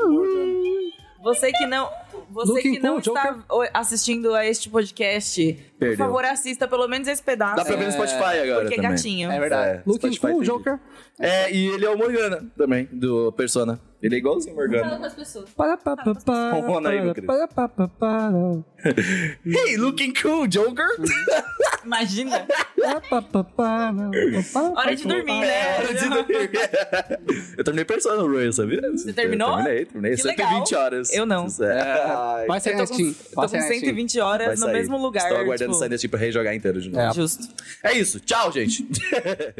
Hum. Você que não, você
Looking
que não
cool,
está o- assistindo a este podcast, por
Perdeu.
favor, assista pelo menos esse pedaço.
Dá pra ver no Spotify agora
Porque é
também.
gatinho.
É verdade.
É,
Looking
Spotify
cool,
tem
Joker.
É, e ele é o Morgana também, do Persona. Ele é igualzinho o
Fala
[LAUGHS]
Morgana.
com as pessoas.
Para, pa, pa, pa,
Rola aí, meu querido.
para, pa, pa, para.
Hey, looking cool, Joker!
Imagina.
Para, pa, pa, para. Pa, pa,
Hora de
pa,
dormir,
pa.
né?
Hora de dormir. [LAUGHS] Eu terminei Persona Royal, sabia? Você
terminou?
Terminei, terminei.
Que
120
legal.
horas.
Eu não.
É.
Vai sair
Eu
na
tô com,
Steam.
eu tô
Vai
com
sair na Steam.
120 horas
Vai
no
sair.
mesmo lugar.
Estou aguardando
tipo,
sair desse tipo pra rejogar inteiro de novo.
É.
Justo.
É isso. Tchau, gente. [LAUGHS]